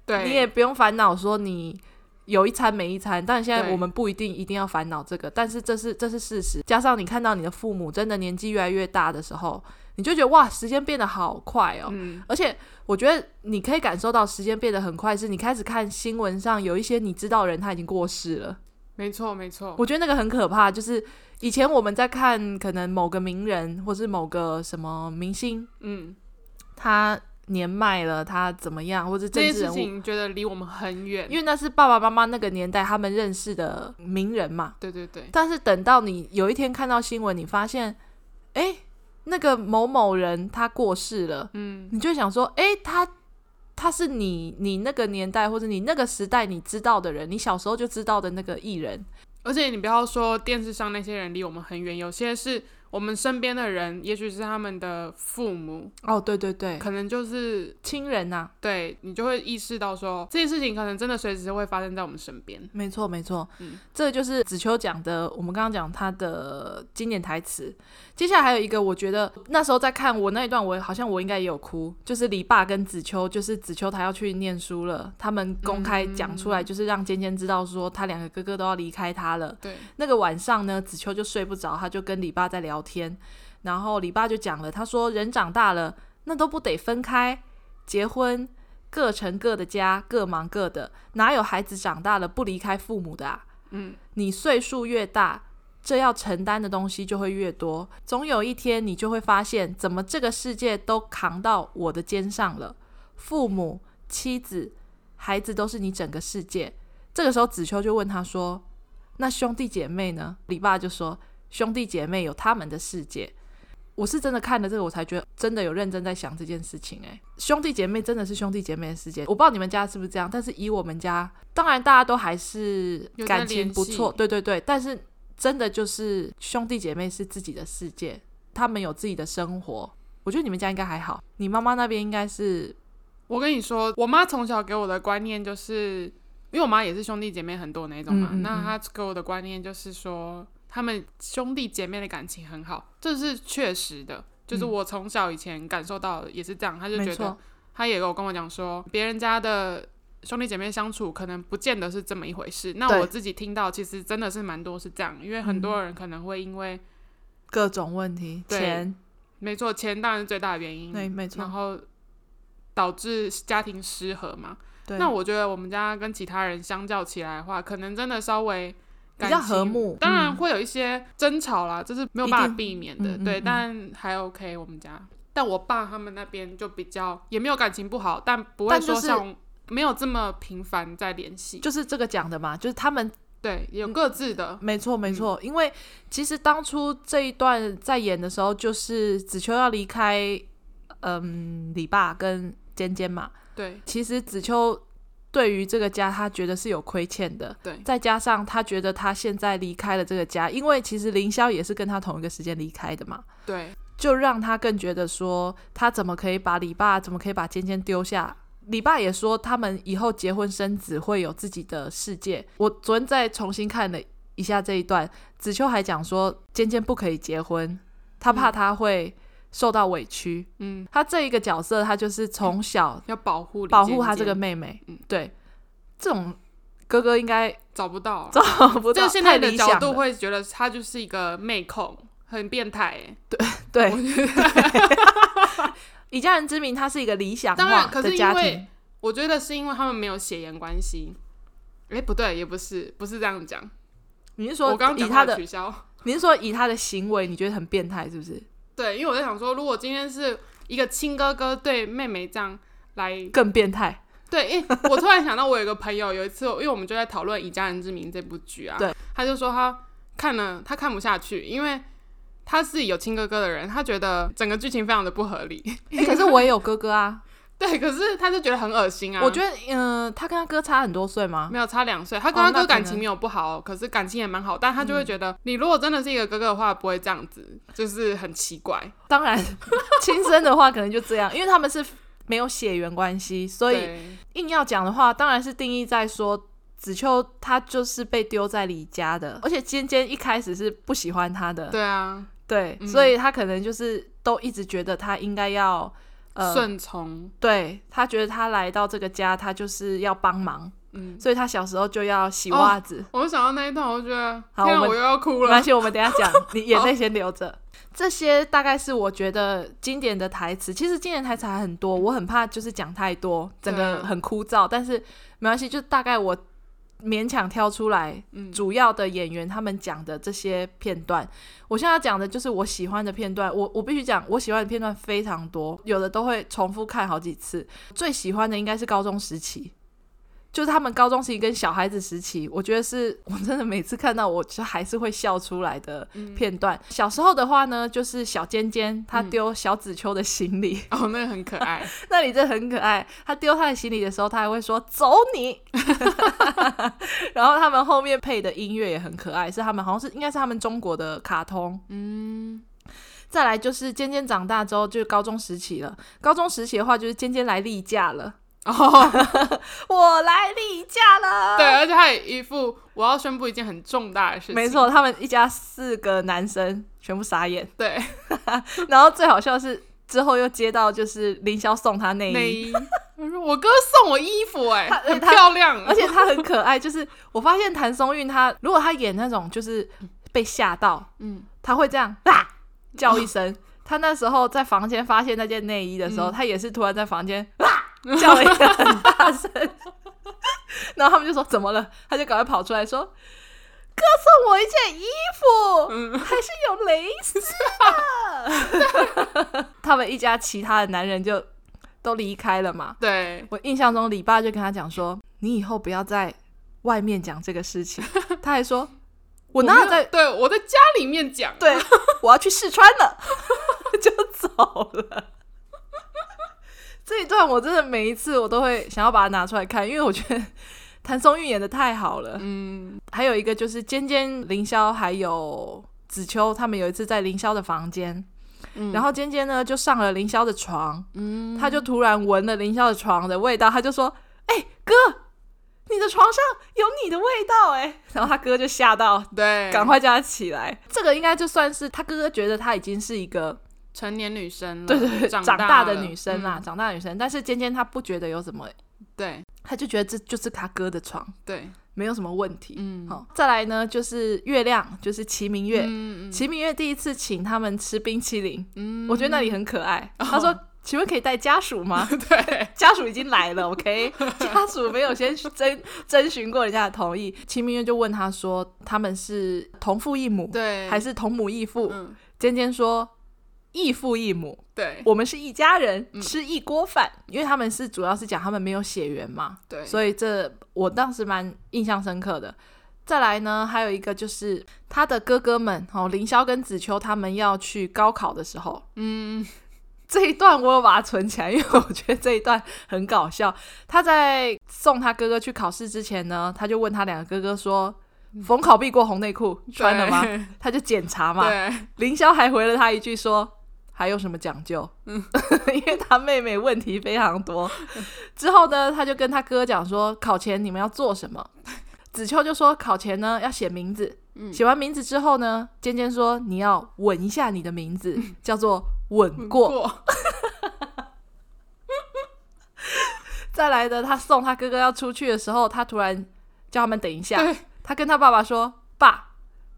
Speaker 2: 对，
Speaker 1: 你也不用烦恼说你有一餐没一餐。但现在
Speaker 2: 对
Speaker 1: 我们不一定一定要烦恼这个，但是这是这是事实。加上你看到你的父母真的年纪越来越大的时候，你就觉得哇，时间变得好快哦。
Speaker 2: 嗯，
Speaker 1: 而且我觉得你可以感受到时间变得很快，是你开始看新闻上有一些你知道的人他已经过世了，
Speaker 2: 没错，没错，
Speaker 1: 我觉得那个很可怕，就是以前我们在看可能某个名人或是某个什么明星，
Speaker 2: 嗯，
Speaker 1: 他年迈了，他怎么样，或是
Speaker 2: 这
Speaker 1: 政
Speaker 2: 件
Speaker 1: 治
Speaker 2: 事
Speaker 1: 人物，
Speaker 2: 情觉得离我们很远，
Speaker 1: 因为那是爸爸妈妈那个年代他们认识的名人嘛。
Speaker 2: 对对对，
Speaker 1: 但是等到你有一天看到新闻，你发现，哎，那个某某人他过世了，
Speaker 2: 嗯，
Speaker 1: 你就会想说，哎，他他是你你那个年代或者你那个时代你知道的人，你小时候就知道的那个艺人，
Speaker 2: 而且你不要说电视上那些人离我们很远，有些是我们身边的人，也许是他们的父母，
Speaker 1: 哦，对对对，
Speaker 2: 可能就是
Speaker 1: 亲人啊呐、
Speaker 2: 对你就会意识到说这件事情可能真的随时会发生在我们身边，
Speaker 1: 没错，没错，
Speaker 2: 嗯
Speaker 1: 这就是子秋讲的。我们刚刚讲他的经典台词。接下来还有一个，我觉得那时候在看我那一段，我好像我应该也有哭，就是李爸跟子秋，就是子秋他要去念书了，他们公开讲出来，就是让尖尖知道说他两个哥哥都要离开他了。
Speaker 2: 对，
Speaker 1: 那个晚上呢，子秋就睡不着，他就跟李爸在聊天，然后李爸就讲了，他说人长大了，那都不得分开，结婚，各成各的家，各忙各的，哪有孩子长大了不离开父母的啊？
Speaker 2: 嗯，
Speaker 1: 你岁数越大，这要承担的东西就会越多，总有一天你就会发现，怎么这个世界都扛到我的肩上了。父母、妻子、孩子都是你整个世界。这个时候，子秋就问他说：“那兄弟姐妹呢？”李爸就说：“兄弟姐妹有他们的世界。”我是真的看了这个，我才觉得真的有认真在想这件事情、欸。哎，兄弟姐妹真的是兄弟姐妹的世界，我不知道你们家是不是这样，但是以我们家，当然大家都还是
Speaker 2: 有在
Speaker 1: 感情不
Speaker 2: 联
Speaker 1: 错，
Speaker 2: 系
Speaker 1: 对对对，但是真的就是兄弟姐妹是自己的世界，他们有自己的生活。我觉得你们家应该还好，你妈妈那边应该是
Speaker 2: 我跟你说，我妈从小给我的观念就是，因为我妈也是兄弟姐妹很多那一种嘛，
Speaker 1: 嗯嗯嗯
Speaker 2: 那她给我的观念就是说，他们兄弟姐妹的感情很好，这是确实的，就是
Speaker 1: 嗯
Speaker 2: 我从小以前感受到的也是这样，她就
Speaker 1: 没
Speaker 2: 觉得
Speaker 1: 错，
Speaker 2: 她也有跟我讲说，别人家的。兄弟姐妹相处可能不见得是这么一回事。那
Speaker 1: 对
Speaker 2: 我自己听到，其实真的是蛮多是这样，因为很多人可能会因为、
Speaker 1: 各种问题，
Speaker 2: 对
Speaker 1: 钱，
Speaker 2: 没错，钱当然是最大的原因，
Speaker 1: 对，没
Speaker 2: 然
Speaker 1: 错，
Speaker 2: 后导致家庭失和嘛。
Speaker 1: 对，
Speaker 2: 那我觉得我们家跟其他人相较起来的话，可能真的稍微
Speaker 1: 比
Speaker 2: 感
Speaker 1: 较
Speaker 2: 情
Speaker 1: 和睦
Speaker 2: 当然
Speaker 1: 嗯
Speaker 2: 会有一些争吵啦，这是没有
Speaker 1: 一
Speaker 2: 办法
Speaker 1: 定
Speaker 2: 避免的。
Speaker 1: 嗯嗯
Speaker 2: 对，
Speaker 1: 嗯
Speaker 2: 但还 OK，我们家。但我爸他们那边就比较也没有感情不好，但不会
Speaker 1: 但就
Speaker 2: 说
Speaker 1: 是
Speaker 2: 像、没有这么频繁在联系。
Speaker 1: 就是这个讲的嘛，就是他们
Speaker 2: 对，
Speaker 1: 嗯
Speaker 2: 有各自的。
Speaker 1: 没错，没错，因为其实当初这一段在演的时候，就是子秋要离开，嗯，李爸跟尖尖嘛。
Speaker 2: 对
Speaker 1: 其实子秋对于这个家，他觉得是有亏欠的，
Speaker 2: 对
Speaker 1: 再加上他觉得他现在离开了这个家，因为其实凌霄也是跟他同一个时间离开的嘛，
Speaker 2: 对
Speaker 1: 就让他更觉得说，他怎么可以把李爸，怎么可以把尖尖丢下？李爸也说，他们以后结婚生子会有自己的世界。我昨天再重新看了一下这一段，子秋还讲说，尖尖不可以结婚，他怕他会受到委屈。
Speaker 2: 嗯，
Speaker 1: 他这一个角色，他就是从小
Speaker 2: 要保护李
Speaker 1: 保护
Speaker 2: 尖
Speaker 1: 他这
Speaker 2: 尖
Speaker 1: 个妹妹
Speaker 2: 嗯。
Speaker 1: 对，这种哥哥应该
Speaker 2: 找 不到啊，
Speaker 1: 找不
Speaker 2: 就
Speaker 1: 到
Speaker 2: 现
Speaker 1: 太
Speaker 2: 在的
Speaker 1: 理
Speaker 2: 角
Speaker 1: 想了。
Speaker 2: 度会觉得他就是一个妹控，很变态欸。
Speaker 1: 对，以家人之名，它是一个理想
Speaker 2: 当然
Speaker 1: 化
Speaker 2: 可是
Speaker 1: 的
Speaker 2: 因
Speaker 1: 家
Speaker 2: 为
Speaker 1: 庭。
Speaker 2: 我觉得是因为他们没有血缘关系。哎、不对，也不是，不是这样讲。
Speaker 1: 你是说
Speaker 2: 我刚刚
Speaker 1: 以
Speaker 2: 讲
Speaker 1: 他
Speaker 2: 话
Speaker 1: 的
Speaker 2: 取消。
Speaker 1: 你是说以他的行为，你觉得很变态是不是？
Speaker 2: 对，因为我在想说，如果今天是一个亲哥哥对妹妹这样来，
Speaker 1: 更变态？
Speaker 2: 对，因为我突然想到，我有一个朋友，有一次， 因为我们就在讨论《以家人之名》这部剧啊，
Speaker 1: 对，
Speaker 2: 他就说他看了，他看不下去，因为他是有亲哥哥的人，他觉得整个剧情非常的不合理。
Speaker 1: 欸可是我也有哥哥啊，
Speaker 2: 对，可是他就觉得很恶心啊。
Speaker 1: 我觉得，嗯、他跟他哥差很多岁吗？
Speaker 2: 没有差两岁，他跟
Speaker 1: 哦
Speaker 2: 他
Speaker 1: 那
Speaker 2: 哥
Speaker 1: 可
Speaker 2: 感情
Speaker 1: 能嗯
Speaker 2: 没有不好，哦可是感情也蛮好，但他就会觉得、你如果真的是一个哥哥的话，不会这样子，就是很奇怪。
Speaker 1: 当然， 亲生的话可能就这样，因为他们是没有血缘关系，所以
Speaker 2: 对
Speaker 1: 硬要讲的话，当然是定义在说子秋他就是被丢在李家的，而且尖尖一开始是不喜欢他的，
Speaker 2: 对啊，
Speaker 1: 对，
Speaker 2: 嗯
Speaker 1: 所以他可能就是都一直觉得他应该要呃，
Speaker 2: 顺从，
Speaker 1: 对他觉得他来到这个家，他就是要帮忙，
Speaker 2: 嗯，
Speaker 1: 所以他小时候就要洗
Speaker 2: 哦
Speaker 1: 袜子。
Speaker 2: 我想到那一段，我就觉得
Speaker 1: 好
Speaker 2: 天啊，
Speaker 1: 我们
Speaker 2: 我又要哭
Speaker 1: 没
Speaker 2: 了
Speaker 1: 关。系，我们等一下讲，你眼泪先留 着。这些大概是我觉得经典的台词，其实经典台词还很多，我很怕就是讲太多，整
Speaker 2: 对
Speaker 1: 个
Speaker 2: 啊
Speaker 1: 很枯燥。但是没关系，就大概我勉强挑出来
Speaker 2: 嗯，
Speaker 1: 主要的演员他们讲的这些片段。我现在要讲的就是我喜欢的片段，我我必须讲，我喜欢的片段非常多，有的都会重复看好几次。最喜欢的应该是高中时期，就是他们高中时期跟小孩子时期，我觉得是我真的每次看到我就还是会笑出来的片段。小时候的话呢，就是小尖尖他丢小子秋的行李，
Speaker 2: 哦，那个很可 爱，
Speaker 1: 那里真的很可爱。他丢他的行李的时候，他还会说“走你”， 然后他们后面配的音乐也很可爱，是他们好像是应该是他们中国的卡通。
Speaker 2: 嗯，
Speaker 1: 再来就是尖尖长大之后，就是高中时期了。高中时期的话，就是尖尖来例假了，
Speaker 2: 哦，
Speaker 1: 我来例假了。
Speaker 2: 对，而且他也一副我要宣布一件很重大的事情，
Speaker 1: 没，错，他们一家四个男生全部傻眼，
Speaker 2: 对，
Speaker 1: 然后最好笑的是之后又接到就是凌霄送他内
Speaker 2: 内
Speaker 1: 衣，
Speaker 2: 衣，我说我哥送我衣服，哎，
Speaker 1: 哎他
Speaker 2: 很
Speaker 1: 他
Speaker 2: 漂亮，
Speaker 1: 而且他很可爱，就是我发现谭松韵他如果他演那种就是被吓到，
Speaker 2: 嗯，哦
Speaker 1: 他会这样啊叫一声。他那时候在房间发现那件内衣的时候，
Speaker 2: 嗯
Speaker 1: 他也是突然在房间啊叫了一个很大声， 然后他们就说怎么了？他就赶快跑出来说：“哥送我一件衣服，
Speaker 2: 嗯
Speaker 1: 还是有蕾丝的。” 他们一家其他的男人就都离开了嘛。
Speaker 2: 对，
Speaker 1: 我印象中，李爸就跟他讲说：“你以后不要在外面讲这个事情。”他还说：“我
Speaker 2: 没
Speaker 1: 哪
Speaker 2: 有
Speaker 1: 有在？
Speaker 2: 对我在家里面讲，
Speaker 1: 对，我要去试穿了。”就走了。这一段我真的每一次我都会想要把它拿出来看，因为我觉得谭松韵演的太好了。
Speaker 2: 嗯，
Speaker 1: 还有一个就是尖尖、凌霄还有子秋，他们有一次在凌霄的房间，
Speaker 2: 嗯
Speaker 1: 然后尖尖呢就上了凌霄的床，
Speaker 2: 嗯，
Speaker 1: 他就突然闻了凌霄的床的味道，他就说：“哎、哥，你的床上有你的味道哎、然后他哥就吓到，
Speaker 2: 对，
Speaker 1: 赶快叫他起来。这个应该就算是他哥哥觉得他已经是一个
Speaker 2: 成年女生了，
Speaker 1: 对对对
Speaker 2: 嗯长
Speaker 1: 长
Speaker 2: 大
Speaker 1: 的
Speaker 2: 了
Speaker 1: 女生啊啦，，长大的女生，但是尖尖他不觉得有什么，哎
Speaker 2: 嗯对
Speaker 1: 他就觉得这就是他哥的床，
Speaker 2: 对，
Speaker 1: 没有什么问题。
Speaker 2: 嗯，
Speaker 1: 好、再来呢就是月亮，就是齐明月。
Speaker 2: 嗯，嗯
Speaker 1: 齐明月第一次请他们吃冰淇淋，
Speaker 2: 嗯，哦
Speaker 1: 我觉得那里很可爱。他说：“请问可以带家属吗？”
Speaker 2: 对，
Speaker 1: 家属已经来 了，OK，家属没有先征征询过人家的同意。秦明月就问他说：“他们是同父异母，
Speaker 2: 对，
Speaker 1: 还是同母异父？”
Speaker 2: 嗯，
Speaker 1: 尖尖说：“异父异母，
Speaker 2: 对
Speaker 1: 我们是一家人，
Speaker 2: 嗯
Speaker 1: 吃一锅饭。因为他们是主要是讲他们没有血缘嘛，
Speaker 2: 对，
Speaker 1: 所以这我当时蛮印象深刻的。再来呢，还有一个就是他的哥哥们哦，凌霄跟子秋他们要去高考的时候，
Speaker 2: 嗯，
Speaker 1: 这一段我有把它存起来，因为我觉得这一段很搞笑。他在送他哥哥去考试之前呢， 他就问他两个哥哥说：“逢考必过红内裤 穿了 吗
Speaker 2: 对？”
Speaker 1: 他就检查嘛。
Speaker 2: 对，
Speaker 1: 凌霄还回了他一句说：“还有什么讲究？”嗯， 因为他妹妹问题非常多。之后呢，他就跟他哥讲说：“考前你们要做什么？”子秋就说：“考前呢要写名字，
Speaker 2: 嗯
Speaker 1: 写完名字之后呢，尖尖说你要吻一下你的名字，叫做吻过。再来的，他送他哥哥要出去的时候，他突然叫他们等一下
Speaker 2: 对，
Speaker 1: 他跟他爸爸说：“爸，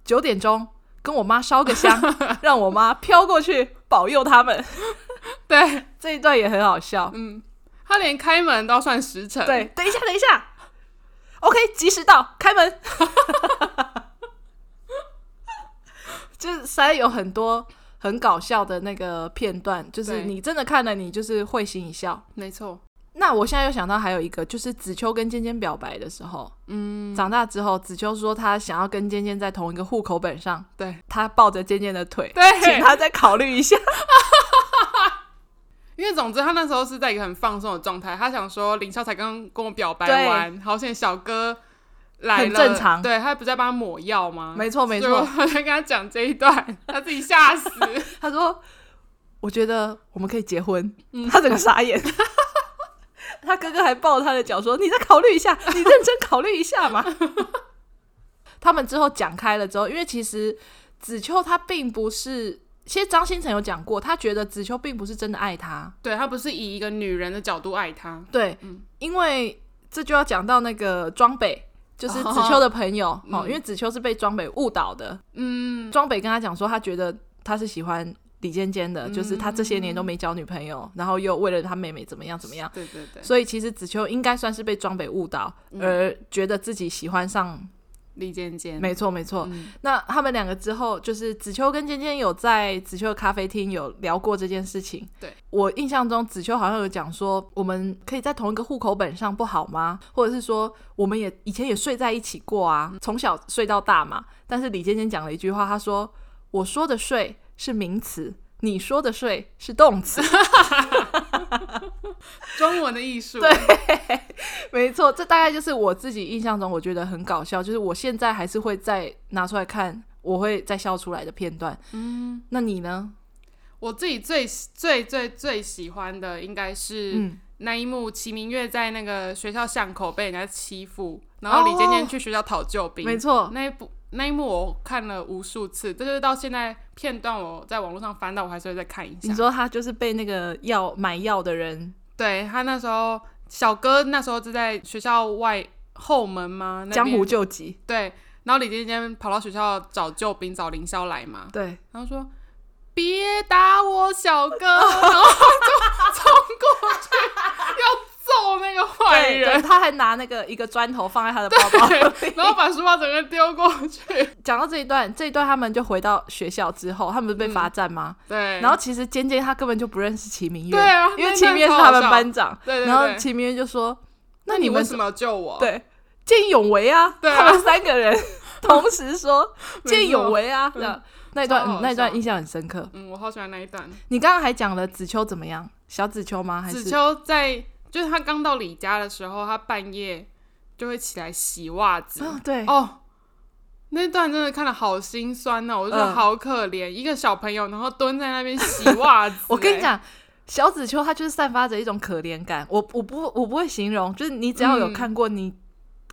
Speaker 1: 九点钟跟我妈烧个 香，让我妈飘过去保佑他们。
Speaker 2: 对，”
Speaker 1: 这一段也很好笑。
Speaker 2: 嗯，他连开门都要算时辰，
Speaker 1: 对，等一下，等一下，OK，及时到，开门。 就是实在有很多很搞笑的那个片段，就是
Speaker 2: 对
Speaker 1: 你真的看了，你就是会心一笑。
Speaker 2: 没错，
Speaker 1: 那我现在又想到还有一个，就是子秋跟尖尖表白的时候，
Speaker 2: 嗯，
Speaker 1: 长大之后，子秋说他想要跟尖尖在同一个户口本上，
Speaker 2: 对
Speaker 1: 他抱着尖尖的腿，请
Speaker 2: 对，
Speaker 1: 他再考虑一下。
Speaker 2: 因为总之他那时候是在一个很放松的状态，他想说林霄才刚跟我表白
Speaker 1: 对
Speaker 2: 完，好险小哥来了，
Speaker 1: 很正常
Speaker 2: 对他不是在帮他抹药吗？
Speaker 1: 没错，没
Speaker 2: 结
Speaker 1: 错。
Speaker 2: 果 他在跟他讲这一段，他自己吓死。
Speaker 1: 他说：“我觉得我们可以结婚。他整个傻 眼。他哥哥还抱他的脚说：“你再考虑一下， 你认真考虑一下 嘛。”他们之后讲开了之后，因为其实子秋他并不是，其实张新成有讲过，他觉得子秋并不是真的爱他，
Speaker 2: 对他不是以一个女人的角度爱他，
Speaker 1: 对，
Speaker 2: 嗯
Speaker 1: 因为这就要讲到那个庄北，就是子秋的朋友哦
Speaker 2: 嗯
Speaker 1: 因为子秋是被庄北误导的，
Speaker 2: 嗯，
Speaker 1: 庄北跟他讲说，他觉得他是喜欢李尖尖
Speaker 2: 嗯
Speaker 1: 的，就是他这些年都没交女朋友，然后又为了他妹妹怎么样怎么样，
Speaker 2: 对嗯对嗯对，
Speaker 1: 所以其实子秋应该算是被庄北误导，而觉得自己喜欢上。
Speaker 2: 李尖尖，
Speaker 1: 没错，没错。
Speaker 2: 嗯
Speaker 1: 那他们两个之后，就是子秋跟尖尖有在子秋的咖啡厅有聊过这件事情。
Speaker 2: 对
Speaker 1: 我印象中，子秋好像有讲说，我们可以在同一个户口本上不好吗？或者是说，我们也以前也睡在一起过啊，从小睡到大嘛。但是李尖尖讲了一句话，他说：“我说的睡是名词，你说的睡是动词。”
Speaker 2: 中文的艺术，
Speaker 1: 对没错，这大概就是我自己印象中我觉得很搞笑，就是我现在还是会再拿出来看，我会再笑出来的片段。嗯，那你呢？
Speaker 2: 我自己最最最最喜欢的应该是
Speaker 1: 嗯，
Speaker 2: 那一幕，齐明月在那个学校巷口被人家欺负，然后李尖尖去学校讨救
Speaker 1: 哦
Speaker 2: 兵，
Speaker 1: 没错，
Speaker 2: 那一部那一幕我看了无数次，就是到现在片段我在网络上翻到，我还是会再看一
Speaker 1: 你
Speaker 2: 下。
Speaker 1: 说他就是被那个药买药的人
Speaker 2: 对他那时候小哥那时候就在学校外后门吗？那边
Speaker 1: 江湖救急，
Speaker 2: 对，然后李尖尖跑到学校找救兵，找凌霄来嘛，
Speaker 1: 对，
Speaker 2: 然后说别打我小哥，然后就冲过去要揍那个坏
Speaker 1: 对对，
Speaker 2: 人，
Speaker 1: 他还拿那个一个砖头放在他的包 包里。
Speaker 2: 然后把书包整个丢过去，
Speaker 1: 讲到这一段，这一段他们就回到学校之后，他们不是被罚站吗？
Speaker 2: 对，
Speaker 1: 然后其实尖尖他根本就不认识齐明月，
Speaker 2: 对啊
Speaker 1: 因为
Speaker 2: 那
Speaker 1: 齐明月是
Speaker 2: 段超
Speaker 1: 他
Speaker 2: 好
Speaker 1: 们
Speaker 2: 笑
Speaker 1: 班长，
Speaker 2: 对对
Speaker 1: 然后
Speaker 2: 对
Speaker 1: 齐明月就说：“那
Speaker 2: 那
Speaker 1: 你
Speaker 2: 你
Speaker 1: 们
Speaker 2: 为什么要救我？
Speaker 1: 对，见义勇为啊！
Speaker 2: 对啊
Speaker 1: 他们三个人同时说
Speaker 2: 没
Speaker 1: 见义
Speaker 2: 错嗯
Speaker 1: 勇为啊！这样那一段、
Speaker 2: 超好
Speaker 1: 嗯那一段
Speaker 2: 笑
Speaker 1: 印象很深刻。
Speaker 2: 嗯，我好喜欢那一段。
Speaker 1: 你刚刚还讲了子秋怎么样？小子秋吗？还
Speaker 2: 子
Speaker 1: 是
Speaker 2: 秋在就是他刚到李家的时候，他半夜就会起来洗袜子。
Speaker 1: 啊，对，
Speaker 2: 哦，那段真的看的好心酸哦，我就觉得
Speaker 1: 嗯。
Speaker 2: 好可怜，一个小朋友然后蹲在那边洗袜子
Speaker 1: 我跟你
Speaker 2: 欸，
Speaker 1: 讲，小子秋他就是散发着一种可怜感。我我不我不会形容，就是你只要有
Speaker 2: 嗯
Speaker 1: 看过，你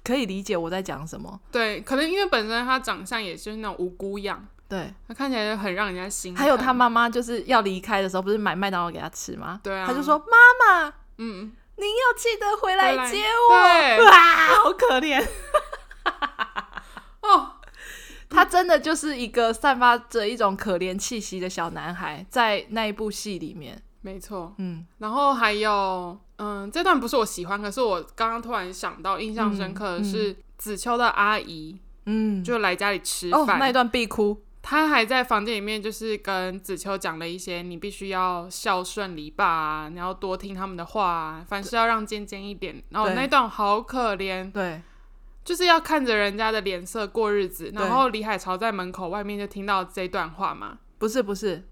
Speaker 1: 可以理解我在讲什么。
Speaker 2: 对，可能因为本身他长相也就是那种无辜样，
Speaker 1: 对，
Speaker 2: 他看起来就很让人家心疼。
Speaker 1: 还有他妈妈就是要离开的时候，不是买麦当劳给他吃吗？
Speaker 2: 对啊
Speaker 1: 他就说妈妈，
Speaker 2: 嗯，嗯，
Speaker 1: 您要记得回来接我。
Speaker 2: 对
Speaker 1: 哇，好可 怜。
Speaker 2: 哦，
Speaker 1: 他真的就是一个散发着一种可怜气息的小男孩，在那一部戏里面，
Speaker 2: 没错。
Speaker 1: 嗯，
Speaker 2: 然后还有，嗯，这段不是我喜欢，可是我刚刚突然想到，印象深刻的是、子秋的阿姨
Speaker 1: 嗯，
Speaker 2: 就来家里吃
Speaker 1: 哦，
Speaker 2: 饭，
Speaker 1: 那一段必哭，
Speaker 2: 他还在房间里面，就是跟子秋讲了一些你必须要孝顺篱笆啊，你要多听他们的话啊，凡事要让尖尖一点。然后
Speaker 1: 对
Speaker 2: 那段好可怜，
Speaker 1: 对，
Speaker 2: 就是要看着人家的脸色过日子。然后李海潮在门口外面就听到这段话嘛，
Speaker 1: 不是不是，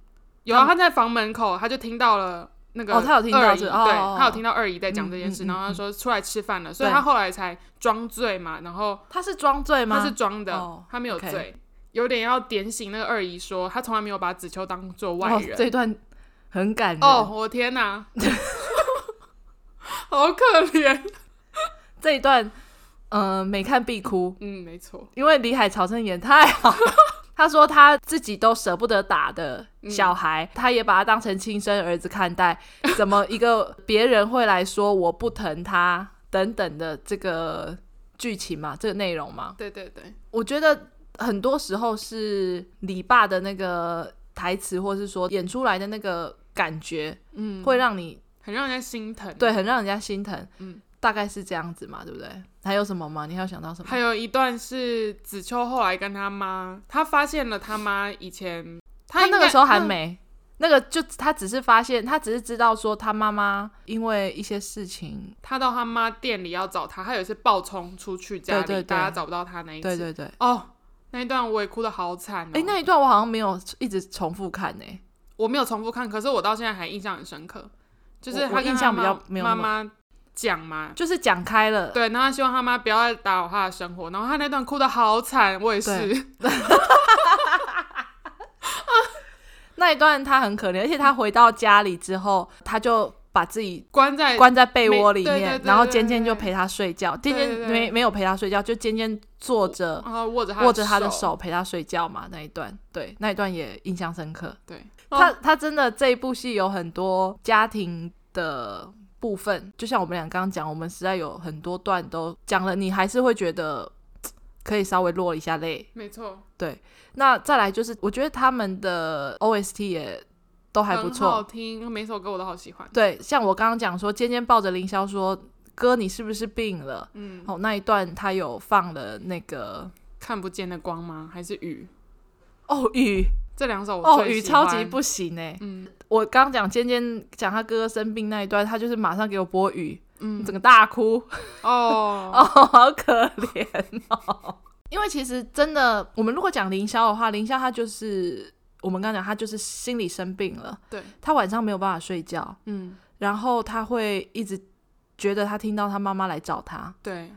Speaker 2: 有啊，他在房门口他就听到了。那个
Speaker 1: 哦他有听到
Speaker 2: 二姨
Speaker 1: 是哦
Speaker 2: 对哦
Speaker 1: 哦哦，
Speaker 2: 他有听到二姨在讲这件
Speaker 1: 嗯嗯
Speaker 2: 事，
Speaker 1: 嗯
Speaker 2: 然后他说出来吃饭了，所以
Speaker 1: 对
Speaker 2: 他后来才装醉嘛，然后
Speaker 1: 他是装醉吗？
Speaker 2: 他是装的，
Speaker 1: 哦
Speaker 2: 他没有
Speaker 1: OK
Speaker 2: 醉有点要点醒那个二姨说，他从来没有把子秋当做外
Speaker 1: 哦
Speaker 2: 人。
Speaker 1: 这一段很感人。
Speaker 2: 哦，我天 哪，好可怜。
Speaker 1: 这一段，呃，每看必哭，
Speaker 2: 嗯，没错，
Speaker 1: 因为李海潮真的演太好了。他说他自己都舍不得打的小
Speaker 2: 嗯
Speaker 1: 孩，他也把他当成亲生儿子看待，怎么一个别人会来说我不疼他等等的这个剧情嘛，这个内容嘛，
Speaker 2: 对对对，
Speaker 1: 我觉得很多时候是李爸的那个台词，或是说演出来的那个感觉，
Speaker 2: 嗯，
Speaker 1: 会让你
Speaker 2: 很让人家心疼。
Speaker 1: 对，，很让人家心疼。
Speaker 2: 嗯，
Speaker 1: 大概是这样子嘛，对不对？还有什么吗？你还有想到什么？
Speaker 2: 还有一段是子秋后来跟他妈，他发现了他妈以前
Speaker 1: 他那个时候还。
Speaker 2: 应该
Speaker 1: 没，那个就他只是发现，他只是知道说他妈妈因为一些事情，
Speaker 2: 他到他妈店里要找他，他有一次暴冲出去家里，
Speaker 1: 对对对
Speaker 2: 大家找不到他那一次。
Speaker 1: 对对对。
Speaker 2: 哦，那一段我也哭的好惨、哦。
Speaker 1: 哎、那一段我好像没有一直重复看呢、
Speaker 2: 我没有重复看，可是我到现在还印象很深刻，就是
Speaker 1: 我
Speaker 2: 他
Speaker 1: 我
Speaker 2: 跟
Speaker 1: 印
Speaker 2: 他
Speaker 1: 象比
Speaker 2: 妈
Speaker 1: 较没有
Speaker 2: 妈
Speaker 1: 那么
Speaker 2: 妈讲嘛，
Speaker 1: 就是讲开了，
Speaker 2: 对，然后他希望他妈不要再打扰他的生活，然后他那段哭的好惨，我也是，
Speaker 1: 那一段他很可怜，而且他回到家里之后，他就把自己
Speaker 2: 关在
Speaker 1: 关在被窝里
Speaker 2: 没对
Speaker 1: 面
Speaker 2: 对，对
Speaker 1: 然后
Speaker 2: 对
Speaker 1: 尖尖
Speaker 2: 对
Speaker 1: 就陪他睡觉，尖
Speaker 2: 对对
Speaker 1: 尖
Speaker 2: 对
Speaker 1: 没没有陪他睡觉，就尖尖坐着
Speaker 2: 然后握着他
Speaker 1: 握着他的
Speaker 2: 的，
Speaker 1: 手陪他睡觉嘛，那一段，对，那一段也印象深刻。
Speaker 2: 对，哦
Speaker 1: 他他真的这一部戏有很多家庭的部分，就像我们俩刚刚讲，我们实在有很多段都讲了，你还是会觉得嘖可以稍微落一下泪。
Speaker 2: 没错，
Speaker 1: 那再来就是，我觉得他们的 OST 也都还不
Speaker 2: 很好
Speaker 1: 错。
Speaker 2: 听，每首歌我都好喜欢，
Speaker 1: 对，像我刚刚讲说，尖尖抱着凌霄说：“哥，你是不是病了？”
Speaker 2: 嗯，
Speaker 1: 哦，那一段他有放了那个
Speaker 2: 看不见的光吗？还是雨？
Speaker 1: 哦雨
Speaker 2: 这两首我
Speaker 1: 哦
Speaker 2: 最
Speaker 1: 雨
Speaker 2: 喜欢
Speaker 1: 超级，不行哎、
Speaker 2: 嗯
Speaker 1: 我刚刚讲尖尖讲他哥哥生病那一段，他就是马上给我播雨，
Speaker 2: 嗯，
Speaker 1: 整个大哭，
Speaker 2: 哦
Speaker 1: 哦，好可怜哦。因为其实真的，我们如果讲凌霄的话，凌霄他就是我们刚刚讲，他就是心理生病了，
Speaker 2: 对，
Speaker 1: 他晚上没有办法睡觉，
Speaker 2: 嗯，
Speaker 1: 然后他会一直觉得他听到他妈妈来找他。
Speaker 2: 对，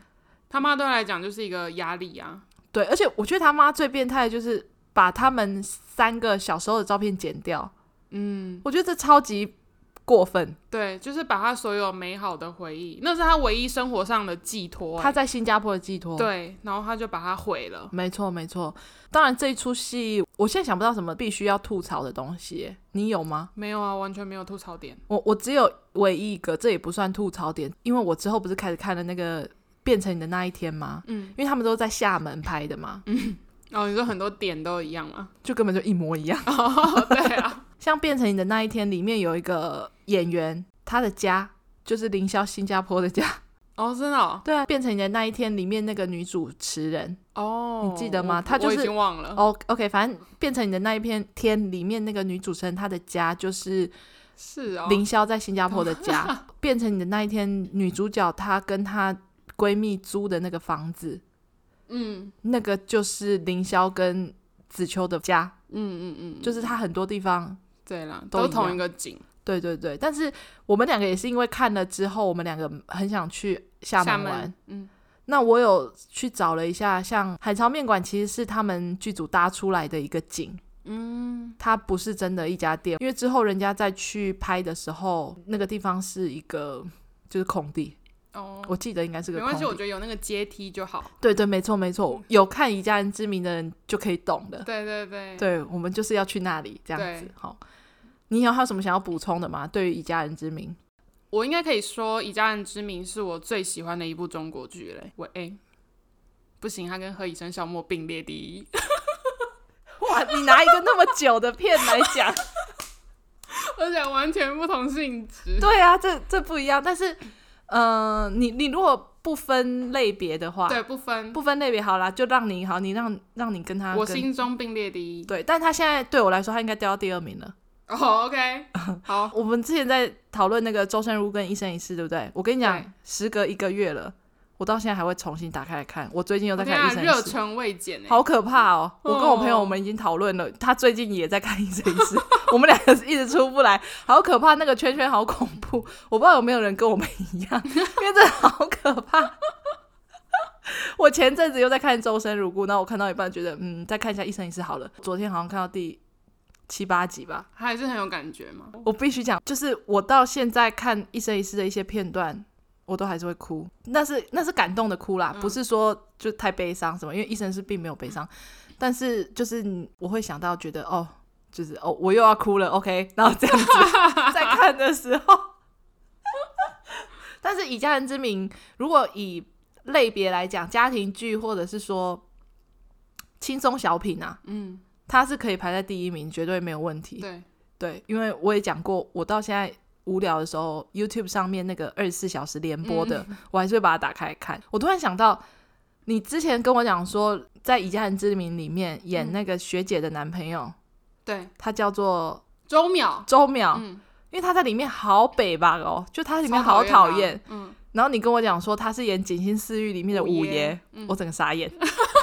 Speaker 2: 他妈对他来讲就是一个压力啊，
Speaker 1: 对，而且我觉得他妈最变态的就是把他们三个小时候的照片剪掉，
Speaker 2: 嗯，
Speaker 1: 我觉得这超级过分。
Speaker 2: 对，就是把他所有美好的回忆，那是他唯一生活上的寄托、
Speaker 1: 他
Speaker 2: 欸。
Speaker 1: 在新加坡的寄托，
Speaker 2: 对，然后他就把它毁了。
Speaker 1: 没错，没错。当然，这一出戏我现在想不到什么必须要吐槽的东西，你有吗？
Speaker 2: 没有啊，完全没有吐槽点。
Speaker 1: 我我只有唯一一个，这也不算吐槽点，因为我之后不是开始看了那个《变成你的那一天》吗？
Speaker 2: 嗯，
Speaker 1: 因为他们都在厦门拍的嘛，
Speaker 2: 哦，你说很多点都一样嘛？
Speaker 1: 就根本就一模一样。
Speaker 2: 哦，对啊，
Speaker 1: 像《变成你的那一天》里面有一个演员，他的家就是凌霄新加坡的家。
Speaker 2: 哦，真的哦，
Speaker 1: 对啊，《变成你的那一天》里面那个女主持人，
Speaker 2: 哦
Speaker 1: 你记得吗
Speaker 2: 我
Speaker 1: 他就
Speaker 2: 我已
Speaker 1: 是
Speaker 2: 经忘了，
Speaker 1: 哦、o k 反正《变成你的那一片天》里面那个女主持人，她的家就是
Speaker 2: 是哦，
Speaker 1: 凌霄在新加坡的家，变成你的那一天，女主角她跟她闺蜜租的那个房子，
Speaker 2: 嗯，
Speaker 1: 那个就是凌霄跟子秋的家，
Speaker 2: 嗯嗯嗯，
Speaker 1: 就是他很多地方，
Speaker 2: 对啦，
Speaker 1: 都
Speaker 2: 都
Speaker 1: 一
Speaker 2: 同
Speaker 1: 样
Speaker 2: 一个景，
Speaker 1: 对对对。但是我们两个也是因为看了之后，我们两个很想去厦
Speaker 2: 厦
Speaker 1: 门玩
Speaker 2: 门。，嗯，
Speaker 1: 那我有去找了一下，像海潮面馆其实是他们剧组搭出来的一个景，
Speaker 2: 嗯，
Speaker 1: 它不是真的一家店，因为之后人家再去拍的时候，那个地方是一个就是空地，
Speaker 2: 哦，
Speaker 1: 我记得应该是个
Speaker 2: 没
Speaker 1: 空
Speaker 2: 关系，我
Speaker 1: 地。
Speaker 2: 觉得嗯有那个阶梯 就好。
Speaker 1: 对对，没错没错，有看《以家人之名》的人就可以懂的。
Speaker 2: 对对对，
Speaker 1: 对，我们就是要去那里这样子
Speaker 2: 对。
Speaker 1: 好，你有还有什么想要补充的吗？对于《以家人之名》，
Speaker 2: 我应该可以说《以家人之名》是我最喜欢的一部中国剧嘞。我哎、不行，它跟《何以笙箫默》并列第一。
Speaker 1: 哇，你拿一个那么久的片来讲，
Speaker 2: 而且完全不同性 质。
Speaker 1: 对啊，这这不一样。但是，呃，你你如果不分类别的话，
Speaker 2: 对，不分，
Speaker 1: 不分类别好啦，就让你好，你让让你跟他
Speaker 2: 我
Speaker 1: 跟
Speaker 2: 心中并列第一。
Speaker 1: 对，但他现在对我来说，他应该掉到第二名了。
Speaker 2: 哦、o k 好，
Speaker 1: 我们之前在讨论那个周生如跟一生一世，对不对？我跟你讲
Speaker 2: 对，
Speaker 1: 时隔一个月了，我到现在还会重新打开来看。我最近又
Speaker 2: 我
Speaker 1: 在
Speaker 2: 天
Speaker 1: 看
Speaker 2: 啊
Speaker 1: 一，生
Speaker 2: 热
Speaker 1: 一世，
Speaker 2: 忱未减哎、
Speaker 1: 好可怕哦！我跟我朋友
Speaker 2: 哦
Speaker 1: 我们已经讨论了，他最近也在看一生一世， 我们两个一直出不来，好可怕！那个圈圈好恐怖，我不知道有没有人跟我们一样， 因为真的好可怕。 我前阵子又在看《周生如故》，然后我看到一半觉得，嗯，再看一下《一生一世》好了。昨天好像看到第七八集吧，
Speaker 2: 还是很有感觉嘛。嗯
Speaker 1: 我必须讲，就是我到现在看《一生一世》的一些片段，我都还是会哭，那是那是感动的哭啦，
Speaker 2: 嗯
Speaker 1: 不是说就太悲伤什么，因为医生是并没有悲伤，但是就是你我会想到觉得哦，就是哦我又要哭了，OK，然 后这样子在看的时候， 但是以家人之名，如果以类别来讲，家庭剧或者是说轻松小品啊，
Speaker 2: 嗯，
Speaker 1: 它是可以排在第一名，绝对没有问题。
Speaker 2: 对，
Speaker 1: 对，因为我也讲过，我到现在无聊的时候，YouTube 上面那个二十四小时连播的，
Speaker 2: 嗯
Speaker 1: 我还是会把它打开来看。我突然想到，你之前跟我讲说，在《以家人之名》里面演
Speaker 2: 嗯
Speaker 1: 那个学姐的男朋友，
Speaker 2: 对，
Speaker 1: 他叫做
Speaker 2: 周淼，
Speaker 1: 周淼，
Speaker 2: 嗯，
Speaker 1: 因为他在里面好北吧哦，就他在里面
Speaker 2: 超
Speaker 1: 好讨
Speaker 2: 的
Speaker 1: 厌。，
Speaker 2: 嗯，
Speaker 1: 然后你跟我讲说他是演《锦心似玉》里面的
Speaker 2: 五
Speaker 1: 五
Speaker 2: 爷
Speaker 1: 爷，
Speaker 2: 嗯
Speaker 1: 我整个傻眼，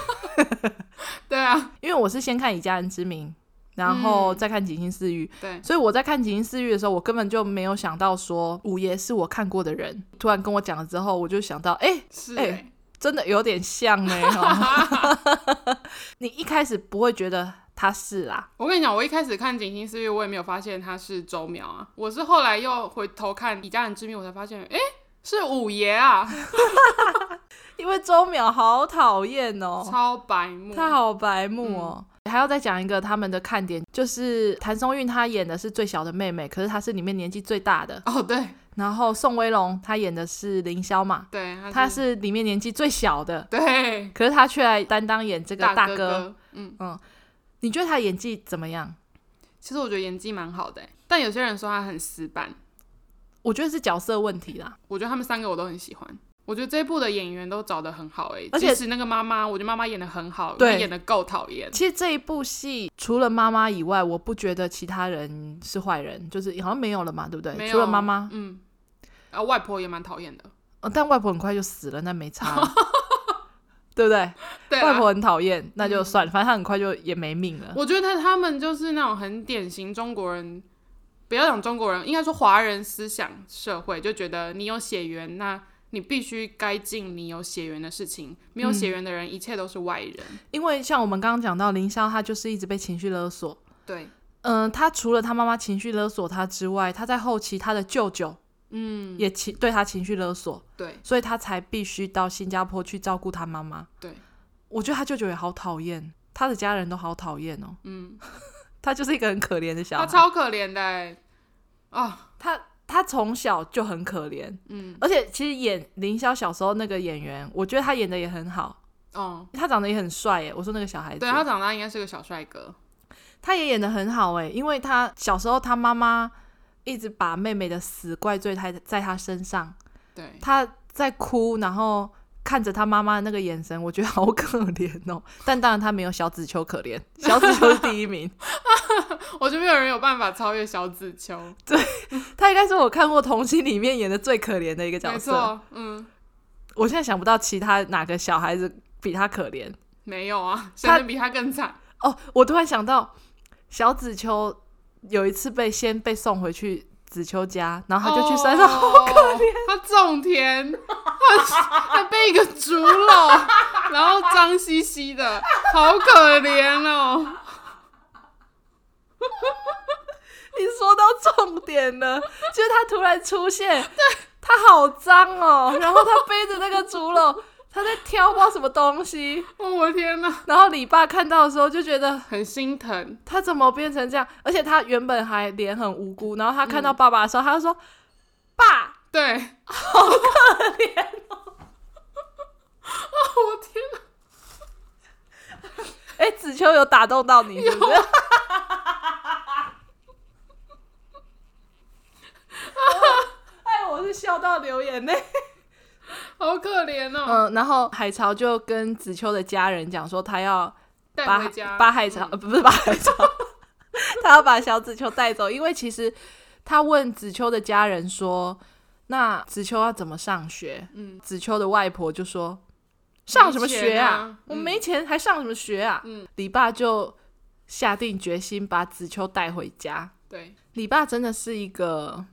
Speaker 2: 对啊，
Speaker 1: 因为我是先看《以家人之名》，然后
Speaker 2: 嗯
Speaker 1: 再看《锦心似玉》
Speaker 2: 对，
Speaker 1: 所以我在看《锦衣私欲》的时候，我根本就没有想到说五爷是我看过的人。突然跟我讲了之后，我就想到，哎、
Speaker 2: 是
Speaker 1: 哎
Speaker 2: 哎、
Speaker 1: 真的有点像 呢、哈你一开始不会觉得他是啦，
Speaker 2: 我跟你讲，我一开始看《锦心似玉》，我也没有发现他是周淼啊，我是后来又回头看《以家人之名》，我才发现，哎、是五爷啊，
Speaker 1: 因为周淼好讨厌哦，
Speaker 2: 超嗯白目，
Speaker 1: 他好白目哦。还要再讲一个他们的看点，就是谭松韵她演的是最小的妹妹，可是她是里面年纪最大的。
Speaker 2: 哦，对
Speaker 1: 然后宋威龙她演的是凌霄嘛，
Speaker 2: 对，他是
Speaker 1: 她是里面年纪最小的，
Speaker 2: 对
Speaker 1: 可是她却来担当演这个大
Speaker 2: 哥
Speaker 1: 哥。
Speaker 2: 嗯。
Speaker 1: 你觉得他演技怎么样？
Speaker 2: 其实我觉得演技蛮好的欸，但有些人说他很死板，
Speaker 1: 我觉得是角色问题啦。
Speaker 2: 我觉得他们三个我都很喜欢。我觉得这一部的演员都找得很好哎，
Speaker 1: 而且
Speaker 2: 即使那个妈妈，我觉得妈妈演得很好，
Speaker 1: 对
Speaker 2: 她演得够讨厌。
Speaker 1: 其实这一部戏除了妈妈以外，我不觉得其他人是坏人，就是好像没有了嘛，对不对？
Speaker 2: 没有
Speaker 1: 除了妈妈、
Speaker 2: 嗯，啊，外婆也蛮讨厌的，
Speaker 1: 呃但外婆很快就死了，那没差 了，对不对？
Speaker 2: 对嗯啊
Speaker 1: 外婆很讨厌，那就算了，反正她很快就也没命了。
Speaker 2: 我觉得他们就是那种很典型中国人，不要讲中国人，应该说华人思想社会就觉得你有血缘，那你必须该尽你有血缘的事情，没
Speaker 1: 嗯
Speaker 2: 有血缘的人，一切都是外人。
Speaker 1: 因为像我们刚刚讲到凌霄，她就是一直被情绪勒索。
Speaker 2: 对，
Speaker 1: 嗯、她除了她妈妈情绪勒索她之外，她在后期她的舅舅，嗯，也情对她情绪勒索。
Speaker 2: 对，
Speaker 1: 所以他才必须到新加坡去照顾他妈妈。
Speaker 2: 对，
Speaker 1: 我觉得他舅舅也好讨厌，他的家人都好讨厌哦。
Speaker 2: 嗯，
Speaker 1: 他就是一个很可怜的小
Speaker 2: 他
Speaker 1: 孩，
Speaker 2: 超可怜的欸啊，
Speaker 1: 他他从小就很可怜，
Speaker 2: 嗯，
Speaker 1: 而且其实演凌霄小时候那个演员，我觉得他演的也很好，
Speaker 2: 哦，
Speaker 1: 他长得也很帅耶。我说那个小孩子，
Speaker 2: 对他长大应该是个小帅哥，
Speaker 1: 他也演的很好哎，因为他小时候他妈妈一直把妹妹的死怪罪他在他身上，
Speaker 2: 对，
Speaker 1: 他在哭，然后看着他妈妈的那个眼神，我觉得好可怜哦。 但当然他没有小紫秋可怜， 小紫秋是第一名，
Speaker 2: 我觉得没有人有办法超越小紫秋，
Speaker 1: 他应该是我看过童星里面演的最可怜的一个角
Speaker 2: 没
Speaker 1: 色。
Speaker 2: 错，嗯，
Speaker 1: 我现在想不到其他哪个小孩子比他可怜
Speaker 2: 没有啊，
Speaker 1: 他
Speaker 2: 谁能比他更惨？
Speaker 1: 哦，我突然想到，小子秋有一次被先被送回去子秋家，然后他就
Speaker 2: 哦
Speaker 1: 去山上，
Speaker 2: 好可怜。他种田，他他被一个竹篓，然后脏兮兮的，好可怜哦。
Speaker 1: 你说到重点了，就是他突然出现，他好脏哦，然后他背着那个竹篓，他在挑不知道什么东西，
Speaker 2: 哦，我的天哪，
Speaker 1: 然后李爸看到的时候就觉得
Speaker 2: 很心疼。
Speaker 1: 他怎么变成这样，而且他原本还脸很无辜，然后他看到爸爸的时候，他就说：“爸，
Speaker 2: 对，好
Speaker 1: 哦
Speaker 2: 可 怜哦。哦，我天哪，
Speaker 1: 哎、子秋有打动到你是不是？” 哎，我是笑到流眼泪。
Speaker 2: 好可怜哦。
Speaker 1: 嗯，然后海潮就跟子秋的家人讲说，他要
Speaker 2: 带
Speaker 1: 把
Speaker 2: 回家，嗯
Speaker 1: 把海潮、呃不是把海潮， 他要把小子秋带走，因为其实他问子秋的家人说，那子秋要怎么上学？
Speaker 2: 嗯，
Speaker 1: 子秋的外婆就说，上什么学
Speaker 2: 钱
Speaker 1: 啊？
Speaker 2: 啊
Speaker 1: 我
Speaker 2: 嗯
Speaker 1: 没钱还上什么学啊？
Speaker 2: 嗯，
Speaker 1: 李爸就下定决心把子秋带回家。
Speaker 2: 对，
Speaker 1: 李爸真的是一个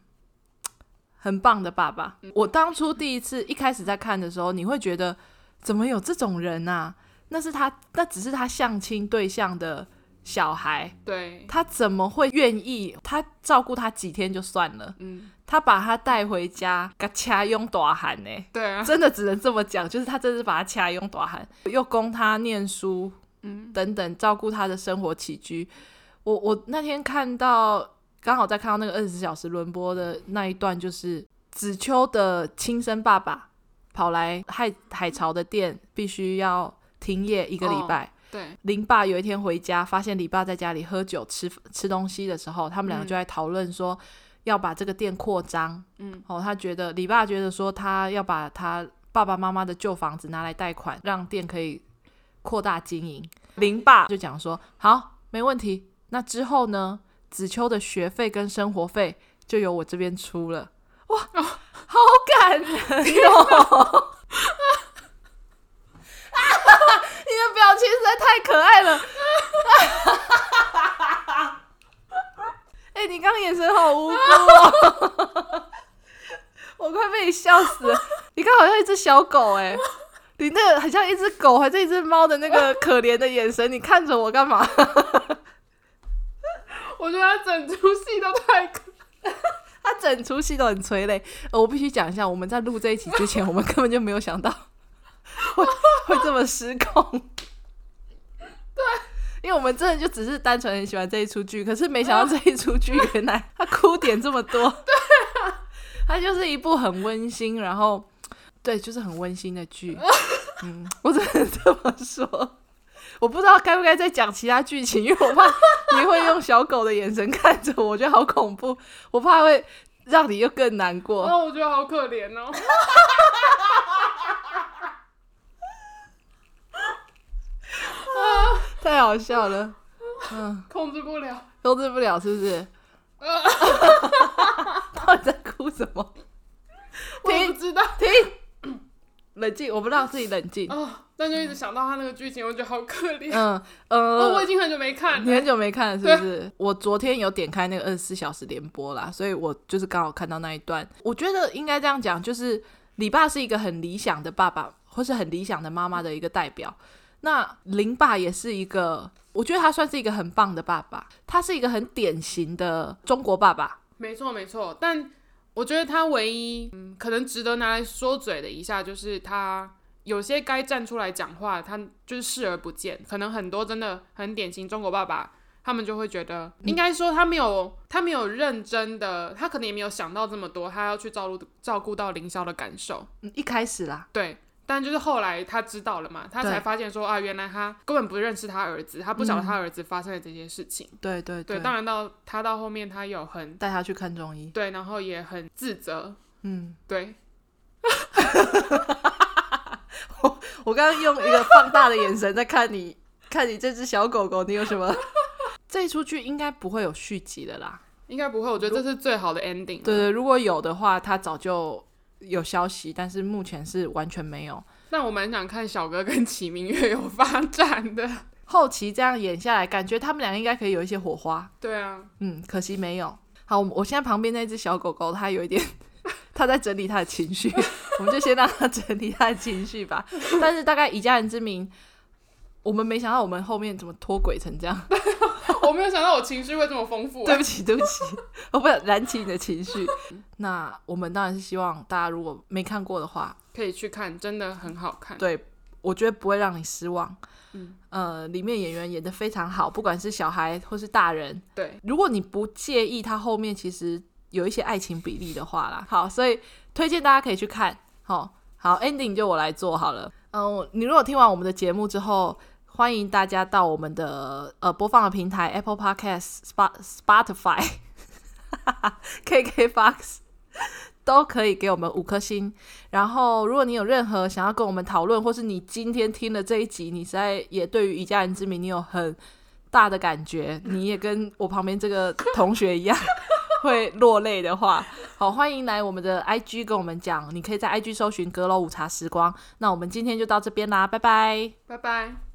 Speaker 1: 很棒的爸爸。我当初第一次一开始在看的时候，你会觉得怎么有这种人啊？那是他，那只是他相亲对象的小孩，
Speaker 2: 对，
Speaker 1: 他怎么会愿意？他照顾他几天就算了，
Speaker 2: 嗯，
Speaker 1: 他把他带回家，嘎掐用大喊呢、
Speaker 2: 对啊，
Speaker 1: 真的只能这么讲，就是他真的是把他掐用短喊，又供他念书，
Speaker 2: 嗯，
Speaker 1: 等等，照顾他的生活起居。我我那天看到，刚好在看到那个二十四小时轮播的那一段，就是子秋的亲生爸爸跑来害海潮的店，必须要停业一个
Speaker 2: 哦
Speaker 1: 礼拜。
Speaker 2: 对，
Speaker 1: 林爸有一天回家，发现李爸在家里喝酒吃吃东西的时候，他们两个
Speaker 2: 嗯
Speaker 1: 就在讨论说要把这个店扩张。
Speaker 2: 嗯，
Speaker 1: 哦，他觉得李爸觉得说他要把他爸爸妈妈的旧房子拿来贷款，让店可以扩大经营。林爸就讲说好，没问题。那之后呢，子秋的学费跟生活费就由我这边出了。哇，哦好感人 哦！你的表情实在太可爱了。 哎、你刚刚眼神好无辜哦， 我快被你笑死了。你刚好像一只小狗哎、你那个很像一只狗，还是一只猫的那个可怜的眼神，你看着我干嘛？
Speaker 2: 我觉得他整出戏都太可
Speaker 1: 它整出戏都很催泪。呃我必须讲一下，我们在录这一期之前，我们根本就没有想到会会这么失控。对，因为我们真的就只是单纯很喜欢这一出剧，可是没想到这一出剧原来它哭点这么多。 对啊，它就是一部很温馨，然后对，就是很温馨的剧。嗯，我只能这么说。我不知道该不该再讲其他剧情，因为我怕你会用小狗的眼神看着我，我觉得好恐怖，我怕会让你又更难过。
Speaker 2: 哦，我觉得好可怜哦。啊，
Speaker 1: 太好笑了，嗯，
Speaker 2: 控制不了。
Speaker 1: 控制不了是不是？
Speaker 2: 呃，
Speaker 1: 到底在哭什么？
Speaker 2: 我也
Speaker 1: 停
Speaker 2: 不知道。
Speaker 1: 停，冷静，我不让自己冷静。
Speaker 2: 哦，但就一直想到他那个剧情，我觉得好可怜。
Speaker 1: 嗯
Speaker 2: 哦，我
Speaker 1: 呃
Speaker 2: 已，经很久没看
Speaker 1: 你
Speaker 2: 了。
Speaker 1: 很久没看了是不是？我昨天有点开那个二十四小时联播啦，所以我就是刚好看到那一段。我觉得应该这样讲，就是李爸是一个很理想的爸爸，或是很理想的妈妈的一个代表。那林爸也是一个，我觉得他算是一个很棒的爸爸，他是一个很典型的中国爸爸。
Speaker 2: 没错，没错。但我觉得他唯一嗯，可能值得拿来说嘴的一下，就是他有些该站出来讲话，他就是视而不见。可能很多真的很典型中国爸爸，他们就会觉得，应该说他没有，他没有认真的，他可能也没有想到这么多，他要去照顾照顾到凌霄的感受。
Speaker 1: 嗯一开始啦，
Speaker 2: 对，但就是后来他知道了嘛，他
Speaker 1: 对
Speaker 2: 才发现说啊，原来他根本不认识他儿子，他不晓得他儿子发生了这些事情。
Speaker 1: 对对
Speaker 2: 对，当然到他到后面他有很
Speaker 1: 带他去看中医。
Speaker 2: 对，然后也很自责，
Speaker 1: 嗯，
Speaker 2: 对，
Speaker 1: 我刚刚用一个放大的眼神在看你， 看你这只小狗狗，你有什么？ 这一出剧应该不会有续集的啦。
Speaker 2: 应该不会，我觉得这是最好的 ending 了。
Speaker 1: 对对，如果有的话，他早就有消息，但是目前是完全没有。
Speaker 2: 但我蛮想看小哥跟齐明月有发展的，
Speaker 1: 后期这样演下来，感觉他们俩应该可以有一些火花。
Speaker 2: 对啊，
Speaker 1: 嗯，可惜没有。好，我我现在旁边那只小狗狗，它有一点， 它在整理它的情绪， 我们就先让它整理它的情绪吧。但是大概以家人之名，我们没想到我们后面怎么脱轨成这样。
Speaker 2: 我没有想到我情绪会这么丰富、啊
Speaker 1: 对不起，对不起，我不想燃起你的情绪。那我们当然是希望大家如果没看过的话，
Speaker 2: 可以去看，真的很好看。
Speaker 1: 对，我觉得不会让你失望。
Speaker 2: 嗯，
Speaker 1: 呃，里面演员演的非常好，不管是小孩或是大人。
Speaker 2: 对，
Speaker 1: 如果你不介意它后面其实有一些爱情比例的话啦，好，所以推荐大家可以去看。好、好，ending 就我来做好了。嗯、你如果听完我们的节目之后，欢迎大家到我们的呃播放的平台 Apple Podcast、Spot、Spotify、KKBox 都可以给我们五颗星。然后，如果你有任何想要跟我们讨论，或是你今天听了这一集，你实在也对于《以家人之名》你有很大的感觉，你也跟我旁边这个同学一样 会落泪的话，好，欢迎来我们的 IG 跟我们讲。你可以在 IG 搜寻“阁楼午茶时光”。那我们今天就到这边啦，拜拜。
Speaker 2: 拜拜。